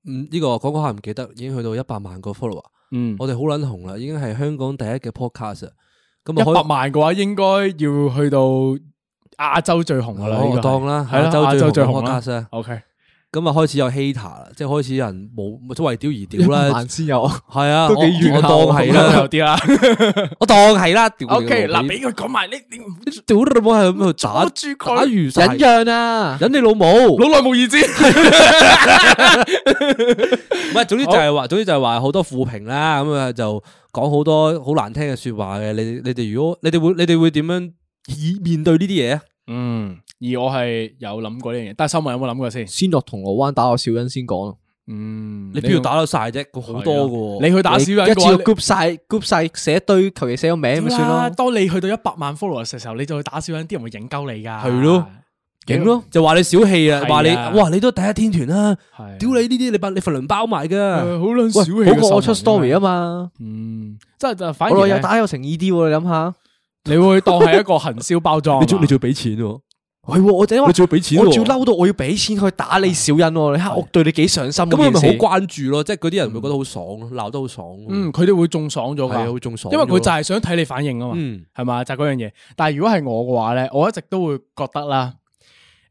B: 嗯呢個講講下唔記得，已經去到一百萬個 follower，
C: 嗯，
B: 我哋好撚紅啦，已經係香港第一嘅 podcast 啦。咁
C: 一
B: 啊，可
C: 百
B: 以
C: 萬嘅話應該要去到亞洲最紅噶啦，
B: 哦
C: 呢個係
B: 當啦
C: 係啦，
B: 亞
C: 亞
B: 洲
C: 洲
B: 最
C: 最
B: 紅
C: 紅
B: 嘅
C: 啦哦
B: podcast 啊
C: ，OK，
B: 咁啊開始有 hater 啦，即係開始有人冇所謂屌而屌啦
A: 萬，先有，
B: 係啊，
A: 都
B: 我
A: 幾遠
B: 我
A: 下
B: 當係
C: 有
B: 啦，
C: 啲啦
B: 我當係啦，屌你老母
C: ，OK，嗱，
B: 你
C: 俾佢講埋，你你唔
B: 屌你老母係咁喺度打
C: 阻住佢
B: 打魚晒
A: 忍讓啊！
B: 忍你老母。
C: 老耐冇意思，
B: 唔係，總之就係話，總之就係話好多負評啦，咁啊就講好多好難聽嘅说話嘅。你你哋如果你哋會你哋會點樣以面對呢啲嘢啊？
C: 嗯，而我係有諗過呢樣嘢，但係秀文有冇諗過先？
A: 先落銅鑼灣打個小欣先講。
C: 嗯，
B: 你啊邊度打到晒啫？佢好多嘅喎。
C: 你去打小人
A: 一次
C: 嘅話
A: 過 group 晒 group 晒寫一堆，求其寫個名咪
C: 屌
A: 算
C: 啦！
A: 咯。
C: 當你去到一百萬 followers 嘅時候，你就去打小人，啲人會影鳩你㗎。
B: 係咯，
C: 屌
B: 影咯，就話你小氣啊，
C: 係啊
B: 話你哇你都係第一天團啦，
C: 係
B: 屌你啊呢啲你把你份糧包埋
C: 誒
B: 噶。
C: 好撚小
A: 喂，
C: 氣嘅
A: 嗰個我出
C: 秀文㗎
A: story 啊。嘛，
C: 嗯，即係就反
A: 我
C: 而
A: 內
C: 呢
A: 又打有誠意啲喎，你諗下。
C: 你會當係一個行銷包裝啊嘛。
B: 要俾錢喎，
A: 係喎，我就因為
B: 你仲要俾錢喎
A: 我仲要嬲到我要俾錢去打你小欣喎，你睇下我對你幾上心
B: 咁佢咪好
A: 嗰件事。
B: 關注咯，即係嗰啲人會覺得好爽咯，鬧得好爽咯。
C: 嗯，佢哋會中爽咗
B: 係啊，
C: 㗎
B: 好，中爽咗
C: 因
B: 咯。
C: 為佢就係想睇你反應啊嘛。
B: 嗯
C: 係嘛，就係嗰樣嘢。但係如果係我嘅話咧，我一直都會覺得啦，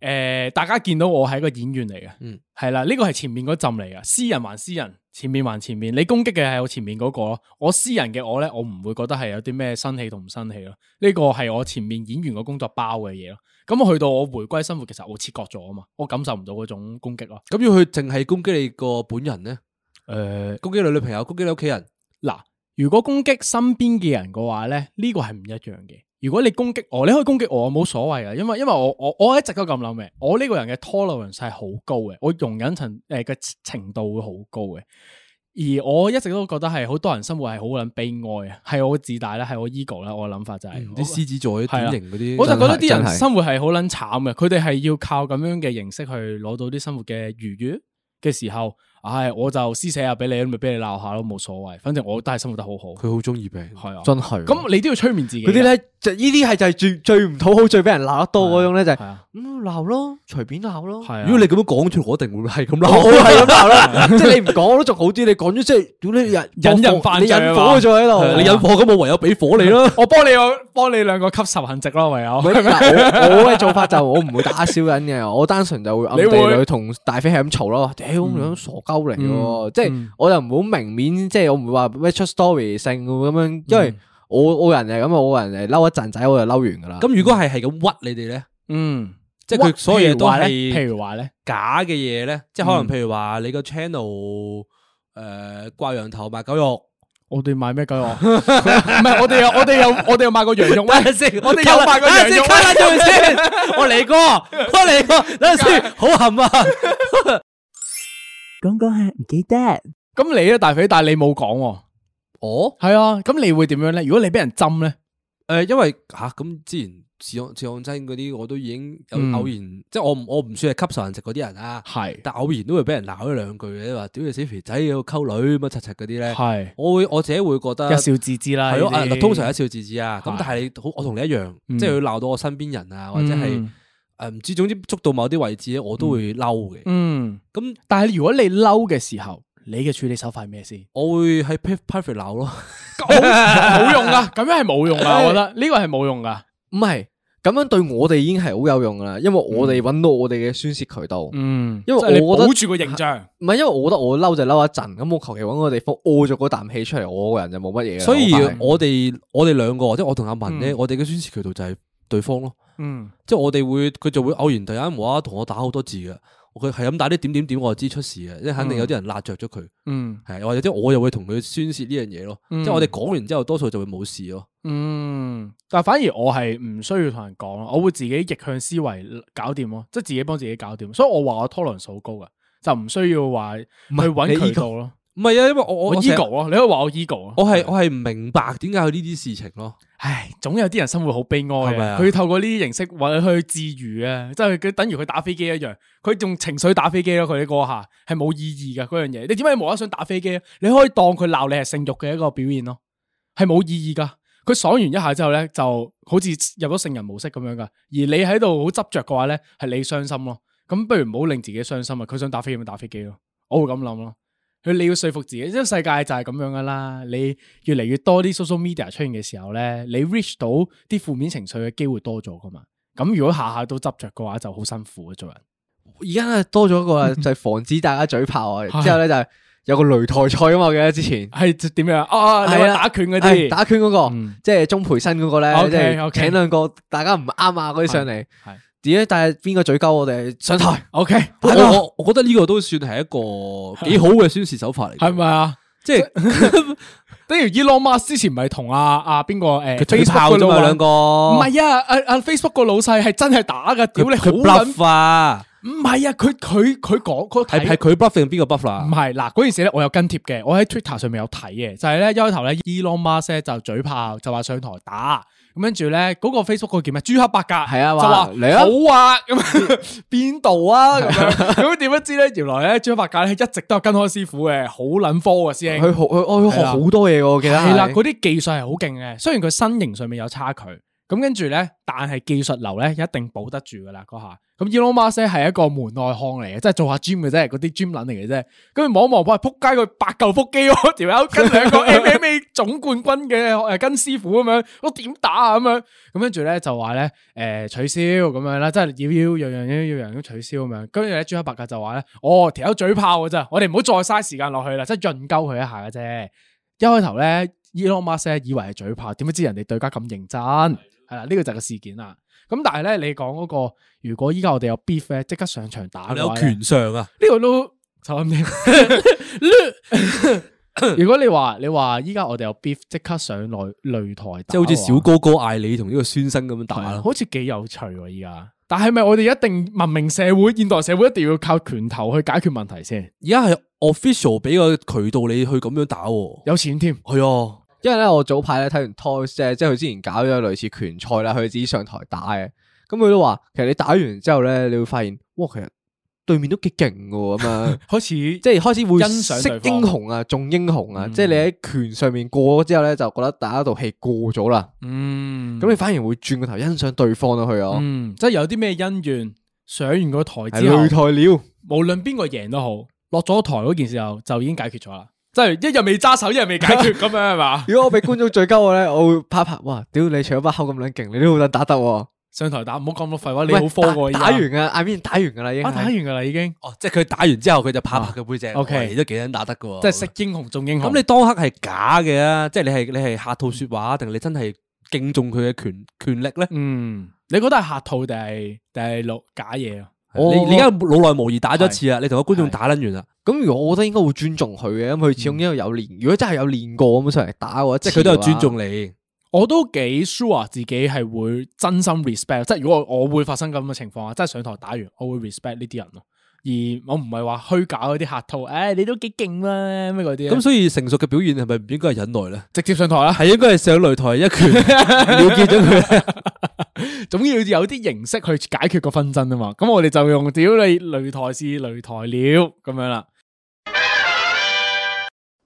C: 诶、大家見到我係一個演員嚟嘅，
B: 嗯，
C: 系啦，呢個係前面嗰陣嚟嘅，私人還私人，前面還前面。你攻擊嘅係我前面嗰、個咯，我私人嘅我咧，我唔會覺得係有啲咩生氣同唔生氣咯。呢個係我前面演員個工作包嘅嘢咯。咁我去到我回歸生活嘅時候，我切割咗啊嘛，我感受唔到嗰種攻擊咯。
B: 咁要佢淨係攻擊你個本人咧，
C: 诶、
B: 攻擊你女朋友，攻擊你屋企人。
C: 嗱，如果攻擊身邊嘅人嘅話咧，呢、個係唔一樣嘅。如果你攻擊我，你可以攻擊我，冇所謂嘅，啊因為因為我我我一直都咁諗嘅，我呢個人嘅 tolerance 係好高嘅，我容忍程誒嘅程度會好高嘅。而我一直都覺得係好多人生活係好撚悲哀啊，係我自大啦，係我 ego 啦，我諗法就係、
B: 嗯
C: 啊
B: 啲獅子座啲典型嗰啲，
C: 我就覺得
A: 真係
C: 啲人
A: 嗯真係
C: 生活係好撚慘啊嘅，佢哋係要靠咁樣嘅形式去攞到啲生活嘅愉悦嘅時候，唉，我就施捨下俾你，咪俾你鬧下咯，冇所謂，反正我都係生活得好好，
B: 佢好中意病。
C: 係啊。
A: 真係
C: 咁你都要催眠自己㗎。
A: 嗰啲咧，就呢啲係就係最最唔討好、最俾人鬧得多嗰種咧，就係
C: 係啊，
A: 嗯鬧咯，隨便鬧咯。
C: 係啊。
B: 哦如果你咁樣講出嚟，我一定會係咁
A: 我
B: 鬧。
A: 係 咁鬧啦，即係你唔講我都仲好啲，你講咗即係屌你人
C: 引人犯
A: 你
C: 罪啊
A: 引
C: 嘛
A: 火咗喺 度，
B: 你引火咁，我唯有俾火你咯。
C: 我幫你我幫你兩個吸十痕值咯，唯有
A: 唔。係嗱我我嘅做法就我唔會打小人嘅，我單純就會暗地
C: 你會
A: 裏同大飛係咁嘈咯。屌，你都傻鳩嚟
C: 嗯
A: 喎！即係
C: 嗯
A: 我又唔好明面，即係我唔會話咩出 story 性咁樣，因
C: 嗯
A: 為我我人係咁啊，我人係嬲一陣仔我就嬲完噶啦。
B: 咁如果係係咁屈你哋咧，
C: 嗯，
B: 即係佢所有嘢都
C: 咧，譬
B: 係
C: 如話咧，嗯
B: 假嘅嘢咧，即係可能譬如話你個 channel 誒掛羊頭賣狗肉，
C: 我哋買咩狗 肉？唔係我哋有我哋有我哋有買過羊肉咩？我哋有買過
B: 等陣
C: 羊
B: 先
C: 肉咩啊
B: cut 啦等陣先， 我嚟過，我嚟過，等陣先，好含啊！
F: 講講下唔記得。
C: 咁你咧大肥，但係你冇講喎。啊
B: 我哦呃
C: 係啊，咁你會點樣咧？如果你俾人針咧，
B: 誒因為吓咁之前次按次按真嗰啲，我都已經有
C: 嗯
B: 偶然，即係我唔我唔算係吸仇人食嗰啲人啊，
C: 系
B: 但偶然都會俾人鬧一兩句嘅，話屌你死肥仔喺度溝女乜柒柒嗰啲咧，
C: 系
B: 我會我自己會覺得
C: 一笑置之啦，
B: 係咯，
C: 呢啲
B: 啊通常一笑置之啊，咁
C: 係
B: 但係好我同你一樣，
C: 嗯
B: 即係要鬧到我身邊人啊，或者係
C: 嗯
B: 誒唔知，總之捉到某啲位置咧，我都會嬲嘅。
C: 嗯，
B: 咁
C: 但系如果你嬲嘅时候，你嘅处理手法系 咩先？
B: 我會喺 p r i v a t 鬧咯，
C: 好冇用噶，咁样系冇用啊噶，我觉得呢个系冇用噶。
A: 唔係咁樣對我哋已經係好有用噶啦，因為我哋揾到我哋嘅宣泄渠道。
C: 嗯，
A: 因為
C: 即係你
A: 我覺得
C: 保住个形象，
A: 唔係因為我覺得我嬲就嬲一陣，咁我求其揾個地方屙咗嗰啖氣出嚟，啊我個人就冇乜嘢㗎啦。
B: 所以
A: 好快
B: 我哋我哋兩個，即係我同阿文咧，
C: 嗯
B: 我哋嘅宣泄渠道就係對方咯。
C: 嗯，
B: 即係我哋會佢就會偶然突然間無啦啦同我打好多字嘅，佢係咁打啲點點點，我就知出事嘅，因為肯定有啲人辣着咗佢，
C: 嗯，
B: 係或者即係我又會同佢宣泄呢樣嘢咯。
C: 嗯
B: 即係我哋講完之後，多數就會冇事咯。
C: 嗯，但反而我係唔需要同人講咯，我會自己逆向思維搞掂咯，即係自己幫自己搞掂。所以我話我拖量數高噶，就唔需要話去
A: 你
C: 揾渠
A: ego
C: 道咯。
B: 唔係啊，因為我我
C: 我 ego 咯，你可以話我 ego 咯。
B: 我係我係唔明白點解有呢啲事情 咯。
C: 唉，總有啲人生活好悲哀
B: 係咪
C: 嘅，
B: 啊
C: 佢透過呢啲形式揾去治愈啊，即係佢等於佢打飛機一樣，佢仲情緒打飛機咯。佢喺嗰下係冇意義嘅嗰樣嘢。你點解無啦啦想打飛機啊？你可以當佢鬧你係性慾嘅一個表現咯，係冇意義噶。佢爽完一下之後咧，就好似入咗聖人模式咁樣噶。而你喺度好執着嘅話咧，係你傷心咯。咁不如唔好令自己傷心啊！佢想打飛機咪打飛機咯，我會咁諗咯。佢你要說服自己，因為世界就係咁樣噶啦。你越嚟越多啲 social media 出現嘅時候咧，你 reach 到啲負面情緒嘅機會多咗噶嘛。咁如果下下都執着嘅話，就好辛苦啊，做人。
A: 而家係多咗一個啊就係防止大家嘴炮啊。
C: 係
A: 之後咧就係有個擂台賽啊嘛，我記得之前
C: 係點樣啊？你
A: 係
C: 話
A: 啊
C: 打拳嗰
A: 係
C: 啲，
A: 打拳嗰個，
C: 嗯
A: 即係鍾培生嗰個咧，
C: OK，
A: 即係
C: OK
A: 請兩個大家唔啱啊嗰啲上嚟
C: 係係。
A: 點解但係邊個嘴鳩我哋上台？
C: OK
B: 我
A: 係咯
B: 我我覺得呢個都算係一個幾好嘅宣泄手法嚟嘅，
C: 係咪啊？
B: 即係
C: 等如 Elon Musk 之前咪同阿阿邊個誒
B: 佢嘴炮
C: Facebook
B: 啫
C: 嗰
B: 嘛
C: 個
B: 兩個，
C: 唔
B: 唔
C: 係啊，阿阿 Facebook 個老細係真係打噶，屌你好
B: 佢
C: 撚
B: bluff 啊，
C: 唔係啊，佢佢佢講佢
B: 係
C: 睇
B: 係佢 bluff 定邊個 bluff 啊啦
A: 啊
C: 唔？係嗱，嗰件事咧，我有跟貼嘅，我喺 Twitter 上面有睇嘅，就係咧一開頭咧 Elon Musk 咧就嘴炮，就話上台打，咁跟住咧嗰個 Facebook 嗰個叫咩朱克伯格，
A: 係啊
C: 就
A: 話
C: 話
A: 嚟啊
C: 好啊，咁 邊度啊咁樣，咁點不知咧，原來咧朱克伯格咧一直都有跟開師傅嘅，好撚科嘅師兄
A: 佢。學佢我佢學
C: 係啦
A: 好多嘢喎，我記得
C: 係啦，
A: 啊係
C: 嗰啲技術係好勁嘅，雖然佢身形上面有差距，咁跟住咧，但係技術流咧一定保得住噶啦嗰下。咁 Elon Musk 呢係一個門外漢嚟嘅，即係做下 gym 嘅啫，嗰啲 gym 撚嚟嘅啫。跟住望一望，哇！撲街佢八嚿腹肌喎，條友跟 兩個 MMA 總冠軍嘅誒跟師傅咁樣，我點打啊咁樣？咁跟住咧就話咧誒取消咁樣啦，即係要要樣樣樣樣樣咁取消咁樣。跟住咧朱克伯格就話咧，哦條友嘴炮嘅啫，我哋唔好再嘥時間落去啦，即係潤鳩佢一下嘅啫。一開頭咧，Elon Musk 呢以為係嘴炮，點知人哋對家咁認真，係啦，呢個就係個事件啦。咁但係咧，你講嗰、個，如果依家我哋有 beef 咧，即刻上場打
B: 你
C: 嘅
B: 有
C: 話咧，
B: 權上啊！
C: 呢個都就咁添。如果你話你話依家我哋有 beef，即刻上擂擂台
B: 即係
C: 打嘅話，
B: 好似小高高嗌你同呢個孫生咁樣打
C: 係啊
B: 啦。
C: 好似幾有趣喎依家。但係咪我哋一定文明社會、現代社會一定要靠拳頭去解決問題先？
B: 而家係 official 俾個渠道你去咁樣打喎，
C: 有錢添，
B: 係啊，
A: 因為咧，我早排咧睇完 Toys 啫，即係佢之前搞咗類似拳賽啦，佢自己上台打嘅。咁佢都話，其實你打完之後咧，你會發現，哇，其實對面都幾勁嘅喎咁
C: ，
A: 啊
C: 開始
A: 即係開始會
C: 欣賞對方
A: 識英雄啊，重英雄啊。
C: 嗯
A: 即係你喺拳上面過咗之後咧，就覺得大家道氣過咗啦。
C: 嗯
A: 咁、你反而會轉個頭欣賞對方咯，佢哦，
C: 嗯，即係有啲咩恩怨，上完個台
A: 係
C: 之後，
A: 擂台了。
C: 無論邊個贏都好，落咗台嗰件事就就已經解決咗啦。即係一日未揸手，一日未解 決咁樣係嘛？
A: 如果我俾觀眾最鳩我咧，我會拍一拍，哇！屌你除咗把口咁撚勁，你都好撚打得喎。
C: 上台打唔好講咁多廢話，
A: 喂
C: 你好科過
A: 打打完啊，I mean 打完㗎啦已經
C: 啊，打
A: 係。
C: 完噶啦已經，
B: 哦，即係佢打完之後佢就拍拍佢背脊
C: OK
B: 哇你都幾撚打得噶喎，
C: 即係識英雄重英
A: 哦
C: 雄。
B: 咁你當刻係假嘅啊，即係你係你係客套说話，定你真係敬重佢嘅權權力咧？
C: 嗯，你覺得係客套定係定係老假嘢啊？
B: 你你而家老來無疑打咗一次啊，你同個觀眾打撚完啊啦，
A: 咁如果我覺得應該會尊重佢嘅，因為佢始終因為有練，如果真係有練過咁上嚟打嘅話，
B: 即係佢都有尊重你。
C: 我都幾 sure 自己係會真心 respect，即係如果我我會發生咁嘅情況啊，即係上台打完，我會 respect 呢啲人咯。而我唔係話虛假嗰啲客套，誒、你都幾勁啦咩嗰啲啊，
B: 咁所以成熟嘅表現係咪唔應該係忍耐咧？
C: 直接上台 啦。
B: 係應該係上擂台一拳了結咗佢呢。
C: 總要有啲形式去解決個紛爭啊嘛。咁我哋就用屌你擂台是擂台了咁樣啦。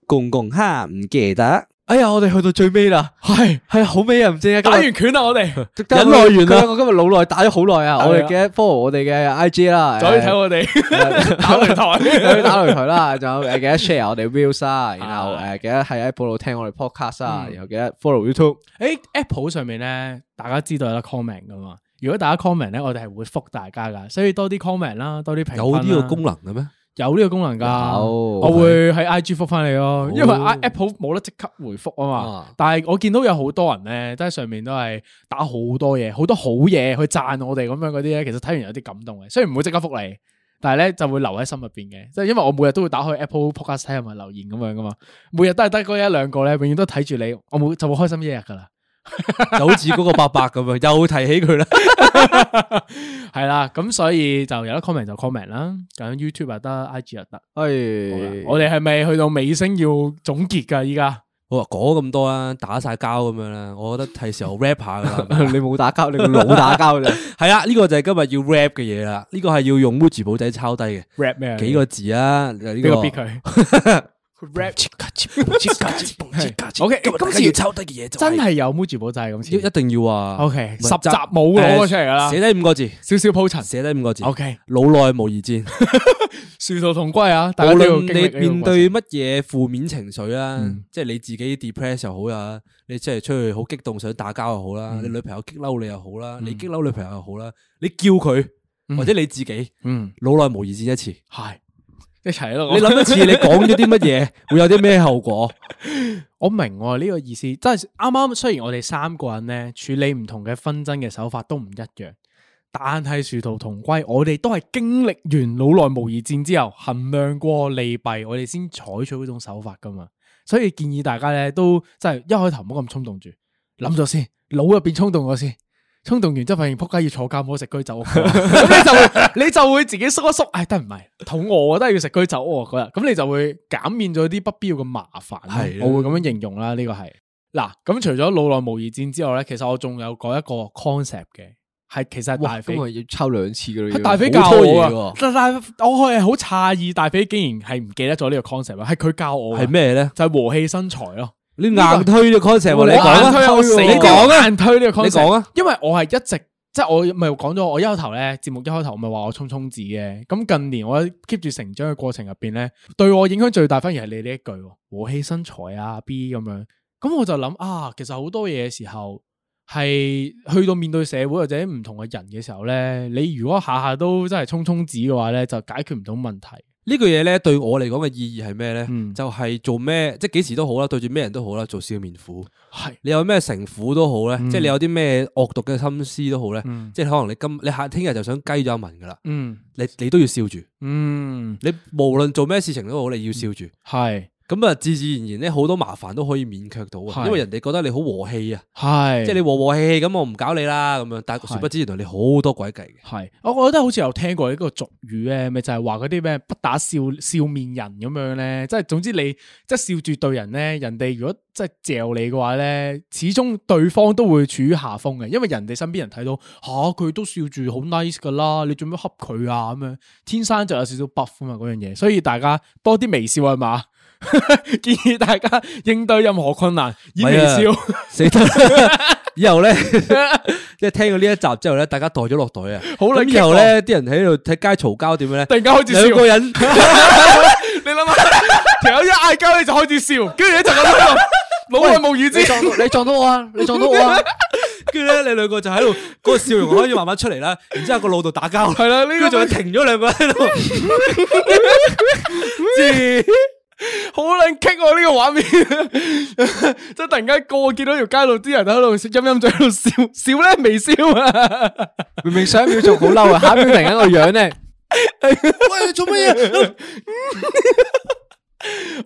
F: 公公哈唔記得，
A: 哎呀，我哋去到最尾啦，
C: 係
A: 系好尾啊，唔知啊，
C: 打
A: 今日
C: 完拳啦，我哋再
B: 忍耐完啦
A: 佢啊 我今日腦內打咗好耐
C: 係啊
A: 啊，我哋記得 follow 我哋嘅 I G 啦，
C: 可以睇我哋打擂
A: 去
C: 台。
A: 打擂台啦，仲有誒記得 share 我哋 views 啊，然後
C: 啊
A: 誒記得喺 Apple 度聽我哋 podcast 啊，然後記得 follow YouTube。
C: 誒 Apple 上面咧，大家知道有得 comment 噶嘛？如果大家 comment 咧，我哋係會覆大家噶，所以多啲 comment 啦，多啲評
B: 有
C: 分啦
B: 呢個功能嘅咩？
C: 有呢個功能噶，
A: 有
C: 我會喺 I G 覆翻你咯，因為 I- Apple 冇得即刻回覆啊嘛
A: 啊。
C: 但係我見到有好多人咧，都喺上面都係打好多嘢，好多好嘢去讚我哋咁樣嗰啲咧，其實睇完有啲感動嘅。雖然唔會即刻覆你，但係咧就會留喺心入邊嘅。即係因為我每日都會打開 Apple Podcast 睇係咪留言咁樣噶嘛，每日都係得嗰一兩個咧，永遠都睇住你，我冇就會開心一日噶啦。
B: 就好似嗰個伯伯咁樣，又提起佢啦。
C: 係啦，咁所以就有得 comment 就 comment 啦，咁 YouTube 又得，IG 又得。
A: 哎
C: 好啦
A: 係
C: 我哋係咪去到尾聲要總結噶？依家？
B: 我話講咁多啦，打晒交咁樣啦，我覺得係時候 rap 下噶 啦。
A: 你冇打交，你個腦打交啫。
B: 係啦，呢個就係今日要 rap 嘅嘢啦。呢個係要用 Muji 簿仔抄低嘅
C: rap 咩啊？
B: 幾個字啊。呢
C: 俾個
B: 個
C: beat 佢 rap。
B: 係
C: OK，今次
B: 要抄低嘅嘢就係
C: 真係有 Muji 寶仔咁
B: 要一
C: 先。
B: 定要啊。
C: OK，
B: 唔係
C: 十集冇攞咗出嚟㗎啦
B: 寫低五個字，
C: 少少鋪陳。
B: 寫低五個字。
C: OK，
B: 老內無二戰，
C: 殊途同歸 啊！大家
B: 無
C: 都要
B: 論
C: 經歷
B: 你面
C: 呢個過程
B: 對乜嘢負面情緒啦
C: 嗯，
B: 即係你自己 depress 又好啦，你即係出去好激動想打交又好啦，你女朋友激嬲你又好啦，你激嬲女朋友又好啦，你叫佢或者你自己
C: 嗯
B: 老內無二戰一次，你
C: 係一齊咯。我
B: 諗一次你講咗啲乜 嘢，會有啲咩後果？
C: 我明喎呢個意思，真係啱啱。雖然我哋三個人咧處理唔同嘅紛爭嘅手法都唔一樣，但係殊途同歸，我哋都係經歷完老內無二戰之後，衡量過利弊，我哋先採取嗰種手法噶嘛。所以建議大家咧都真係一開頭唔好咁衝動住，諗咗先，腦入邊衝動咗先。衝動完之後發現仆街要坐監，唔好食居酒屋。咁你就會你就會自己縮一縮，唉，得唔係肚餓啊，都係要食居酒屋啊嗰日。咁你就會減免咗啲不必要嘅麻煩。
B: 係啊
C: 我會咁樣形容啦，呢個係嗱。咁除咗老內無二戰之外咧，其實我仲有講一個 concept 嘅，係其實係
A: 哇，
C: 大
A: 咁啊
C: 飛。
A: 我要抄兩次噶
C: 係
A: 啦，
C: 大
A: 飛
C: 飛教我
A: 嘢
C: 啊
A: 喎！
C: 但但我係好詫異，大飛竟然係唔記得咗呢個 concept 啊！係佢教我㗎，
B: 係咩咧？
C: 就係和氣生財咯。
B: 你硬推呢個 concept 喎，你講
C: 我硬推啊
B: 啊，
C: 我死
B: 你講啊，
C: 硬推呢個 concept，
B: 你講啊，
C: 因為我係一直即係我咪講咗，我一開頭咧節目一開頭咪話我衝衝字嘅，咁近年我 keep 住成長嘅過程入邊咧，對我影響最大反而係你呢一句喎和氣生財啊 B 咁樣，咁我就諗啊，其實好多嘢嘅時候。係去到面對社會或者唔同嘅人嘅時候咧，你如果下下都真係衝衝子嘅話咧，就解決唔到問題。
B: 呢句嘢咧對我嚟講嘅意義係咩咧？
C: 嗯
B: 就係做咩，即係幾時都好啦，對住咩人都好啦，做笑面虎。
C: 係
B: 你有咩城府都好咧，
C: 嗯
B: 即係你有啲咩惡毒嘅心思都好咧，
C: 嗯
B: 即係可能你今你下聽日就想雞咗阿文噶啦，
C: 嗯
B: 你你都要笑住，
C: 嗯，
B: 你無論做咩事情都好，你要笑住。
C: 係
B: 咁啊，自自然然咧，好多麻煩都可以免卻到啊，
C: 係
B: 因為人哋覺得你好和氣啊，
C: 係，
B: 即係你和和氣氣咁，我唔搞你啦咁樣。但係
C: 係
B: 殊不知，原來你好多鬼計嘅。
C: 系，我我覺得好似有聽過一個俗語咧，咪就係話嗰啲咩不打笑笑面人咁樣咧，即係總之你即係笑住對人咧，人哋如果即係嚼你嘅話咧，始終對方都會處於下風嘅，因為人哋身邊人睇到吓佢、都笑住好 nice 噶啦，你做咩恰佢啊咁樣？天生就有少少 buff 啊嘛嗰樣嘢，所以大家 多啲微笑係嘛，建議大家應對任何困難以微笑，
B: 唔係死得！ 以後咧，即係聽到呢一集之後咧，大家袋咗落袋啊。
C: 好啦
B: 咁以後咧，啲人喺度喺街嘈交 點樣咧？
C: 突然間開始笑
B: 兩。個人。
C: 你谂下， 條友一嗌交你就開始笑，跟住你就咁喺度，老內無語之
A: 你撞到你撞到我啊！你撞到我啊！
B: 跟住咧，你兩個就喺度，嗰、個笑容開始慢慢出嚟啦。然之後個腦度打交，
C: 係啦呢個
B: 跟住仲停咗兩個喺度，知
C: 好撚棘我呢個畫面， 即係突然間個個見到條街度啲人喺度陰陰嘴喺度笑，笑咧微笑啊！
A: 明明上一秒仲好嬲啊，下一秒突然間個樣咧，
B: 喂你做乜嘢？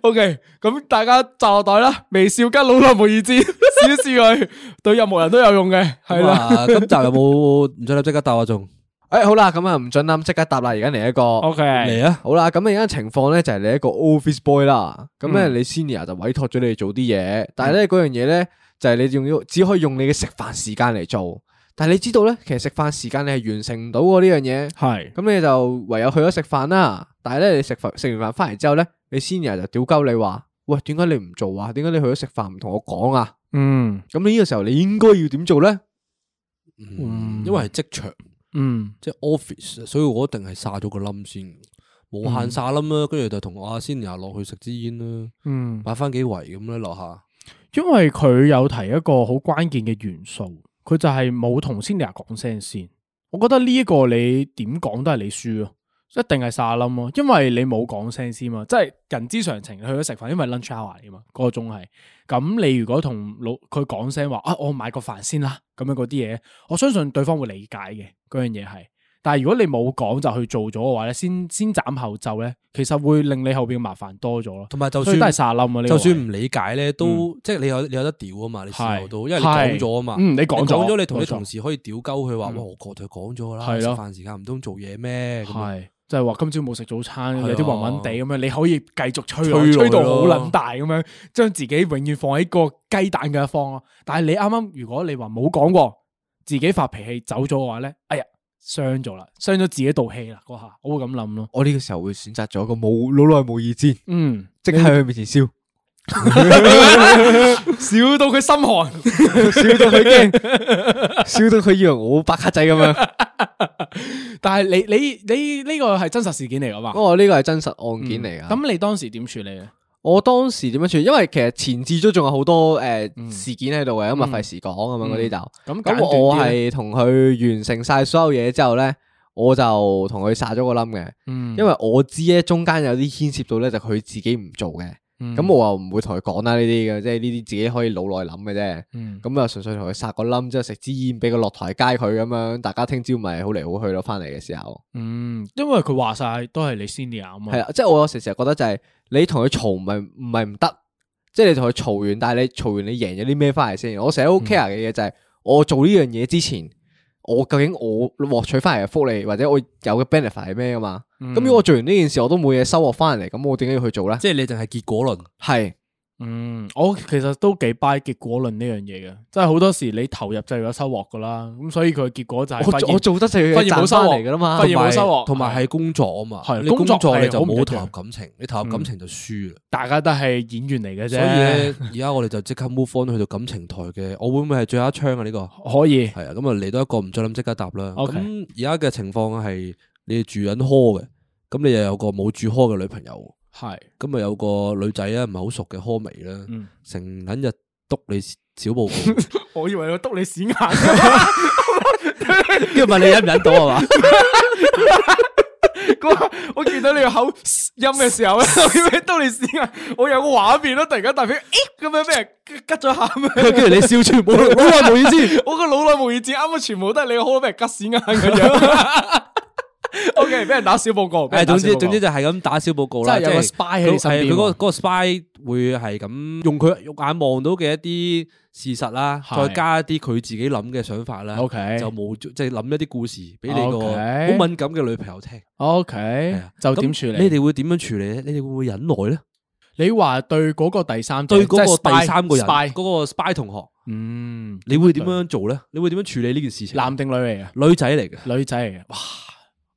C: OK，咁大家扎落袋啦，微笑跟老內無意 志，試一試佢，對任何人都有用嘅，
B: 係
C: 係啦。
B: 啦，今集有冇唔准立即刻答啊？ 仲
A: 诶好啦，咁啊唔准諗，即刻答啦！而家嚟一個。
C: OK，
B: 嚟啊！
A: 好啦，咁而家情況咧就係你一個 office boy 啦，咁咧
C: 嗯
A: 你 senior 就委託嗯咗你做啲嘢，但係咧嗰樣嘢咧就係你用咗只可以用你嘅食飯時間嚟做，但系你知道咧，其實食飯時間你係完成唔到喎呢樣嘢，
C: 系
A: 咁你就唯有去咗食飯啦。但係咧，你食飯食完飯翻嚟之後咧，你 senior 就屌鳩你話：，喂，點解你唔做啊？點解你去咗食飯唔同我講啊？
C: 嗯
A: 咁呢個時候你應該要點做咧？
C: 嗯
B: 因為係職場，
C: 嗯
B: 即係 office，所以我一定係殺咗個冧先，無限殺冧啦，跟住就同我阿 senior 落去食支煙啦，
C: 嗯，
B: 買翻幾圍咁咧落下。
C: 因为佢有提一个好关键嘅元素，佢就系冇同 Senior 讲声先。我觉得呢一个你点讲都系你输咯，一定系沙冧咯，因为你冇讲声先嘛，即系人之常情。你去咗食饭，因为 lunch hour 嚟嘛，嗰、個个钟系。咁你如果同老佢讲声话啊，我买个饭先啦，咁样嗰啲嘢，我相信对方会理解嘅嗰样嘢系。但系如果你冇講就去做咗嘅話咧，先先斬後奏咧，其實會令你後边麻煩多咗咯。
B: 同埋就
C: 所
B: 算
C: 以都係沙冧啊！呢個
B: 就
C: 位
B: 算唔理解咧，都即係你有你有得屌啊嘛，你事後都，因為你
C: 係
B: 講咗啊嘛。
C: 嗯，你
B: 講
C: 講咗
B: 你同你
C: 冇錯
B: 同事可以屌鳩佢話：，
C: 嗯
B: 哇，我過佢講咗啦，
C: 係
B: 食
C: 咯
B: 飯時間唔通做嘢咩？咁樣
C: 係就係話今朝冇食早餐，
B: 係啊
C: 有啲暈暈地咁樣，你可以繼續吹
B: 吹
C: 落，
B: 落
C: 吹到
B: 去
C: 好
B: 咯
C: 撚大咁樣，將自己永遠放喺個雞蛋嘅一方咯。但係你啱啱如果你話冇講過，自己發脾氣走咗嘅話咧，哎呀傷咗啦，傷咗自己道氣啦嗰下，我會咁諗咯。
A: 我呢個時候會選擇咗一個冇老耐冇意見，
C: 嗯，
A: 即刻喺佢面前笑，
C: 笑到佢心寒。
A: 笑到佢驚， 笑到佢以為我白卡仔咁 樣。
C: 但係你你你呢個係真實事件嚟噶嘛
A: 不？過呢個係真實案哦件嚟嗯噶。咁
C: 咁你當時點處理咧？
A: 我當時點樣處理？因為其實前置都仲有好多诶
C: 嗯
A: 事件喺度嘅，咁啊費事講咁樣嗰啲就。
C: 咁
A: 咁我係同佢完成晒所有嘢之後咧，我就同佢殺咗個冧嘅，
C: 因
A: 因為我知咧中間有啲牽涉到咧就佢自己唔做嘅，
C: 嗯
A: 咁我又唔會同佢講啦呢啲嘅，即係呢啲自己可以腦內諗嘅啫。
C: 嗯
A: 咁啊，純粹同佢殺個冧之後食支煙，俾佢落台階佢咁樣，大家聽朝咪好嚟好去咯。翻嚟嘅時候，
C: 嗯，因為佢話晒都係你 senior 啊嘛，
A: 係啊，即係我有時成日覺得就係你同佢嘈唔係唔係唔得，即係你同佢嘈完，但係你嘈完你贏咗啲咩翻嚟先？我成日好
C: 嗯
A: care 嘅嘢就係我做呢樣嘢之前，我究竟我獲取翻嚟嘅福利或者我有嘅 benefit 係咩噶嘛？
C: 嗯
A: 咁、如果我做完呢件事我都冇嘢收穫翻嚟，咁我點解要去做咧？
B: 即係你淨係結果論。
A: 係
C: 嗯，我其實都幾 buy 結果論呢樣嘢嘅，即係好多時你投入就有收穫噶啦，咁所以佢結果就係發現
A: 我我做得就要
C: 發現冇
A: 賺
C: 收
A: 翻
C: 穫
A: 嚟噶啦嘛
C: 發。現冇收穫
B: 同埋係工作啊嘛
C: 係，
B: 你工
C: 工作
B: 作
C: 係
B: 你就
C: 好唔一
B: 冇
C: 樣
B: 投入感情，你投入感情就輸啦。
C: 大家都係演員嚟嘅啫，
B: 所以咧，而家我哋就即刻 move on 去到感情台嘅，我會唔會係最後一槍啊？呢個
C: 可以
B: 係啊，咁啊嚟到一個唔再諗即刻答啦。
C: OK
B: 咁而家嘅情況啊係你住緊 hall 嘅，咁你又有個冇住 hall 嘅女朋友，
C: 係
B: 咁啊有個女仔啊唔係好熟嘅 hall 眉啦，
C: 嗯，
B: 成撚日督你小報告，
C: 我以為我督你屎眼，
B: 跟住問你忍唔忍到 係嘛？
C: 我見到你個口音嘅時候咧，我以為督你屎眼，我有個畫面咯，突然間大髀咁樣俾人吉咗下咁樣
B: 跟住你笑住 冇冇耐冇意思。
C: 我個腦內無意志啱啱全部都係你個好俾人吉屎眼嘅 樣。O K，俾人打小報告。
B: 诶，总之总之就係咁打小報告啦，
C: 真係有個
B: 即係
C: spy 喺你身邊
B: 佢係佢嗰個
C: 喎
B: 嗰個 spy 會係咁用佢肉眼望到嘅一啲事實啦，
C: 係
B: 再加一啲佢自己諗嘅想法啦
C: 啊 OK
B: 就冇即係諗一啲故事俾你個
C: OK
B: 好敏感嘅女朋友聽，
C: O
B: 係
C: K，
B: 啊
C: 就
B: 咁
C: 點處理？
B: 你哋會點樣處理咧？你哋會唔會忍耐咧？
C: 你話對嗰個第三者
B: 對嗰
C: 即
B: 個
C: 係
B: 第三個人，嗰
C: spy- spy
B: 個 spy 同學，
C: 嗯，
B: 你會點樣做咧？你會點樣處理呢件事情？
C: 男定女嚟嘅？
B: 女仔嚟嘅，
C: 女仔嚟嘅。哇！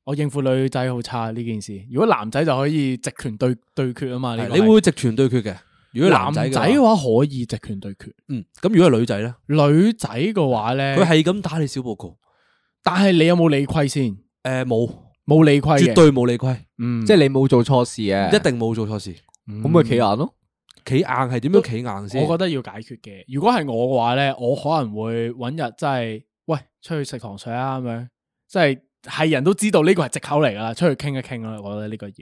C: 我應付女仔好差呢件事。如果男仔就可以直拳對對決啊嘛。呢個
B: 你
C: 係
B: 會唔會直傳對決嘅？如果男
C: 男
B: 仔
C: 仔
B: 嘅
C: 嘅
B: 話，
C: 話可以直拳對決，
B: 嗯，咁如果係女仔咧，
C: 女仔嘅話咧，
B: 佢係咁打你小報告，
C: 但係你有冇理虧先？
B: 诶，冇，
C: 冇理虧
B: 絕
C: 嘅，
B: 對冇理虧。
C: 嗯，
A: 即係你冇做錯事嘅，
B: 一定冇做錯事。
A: 咁咪企硬咯。
B: 企硬係點樣企硬先？
C: 我覺得要解決嘅。如果係我嘅話咧，我可能會揾日真係喂出去食糖水啊咁樣，即係係人都知道呢個係藉口嚟噶啦，出去傾一傾啦。我覺得呢個要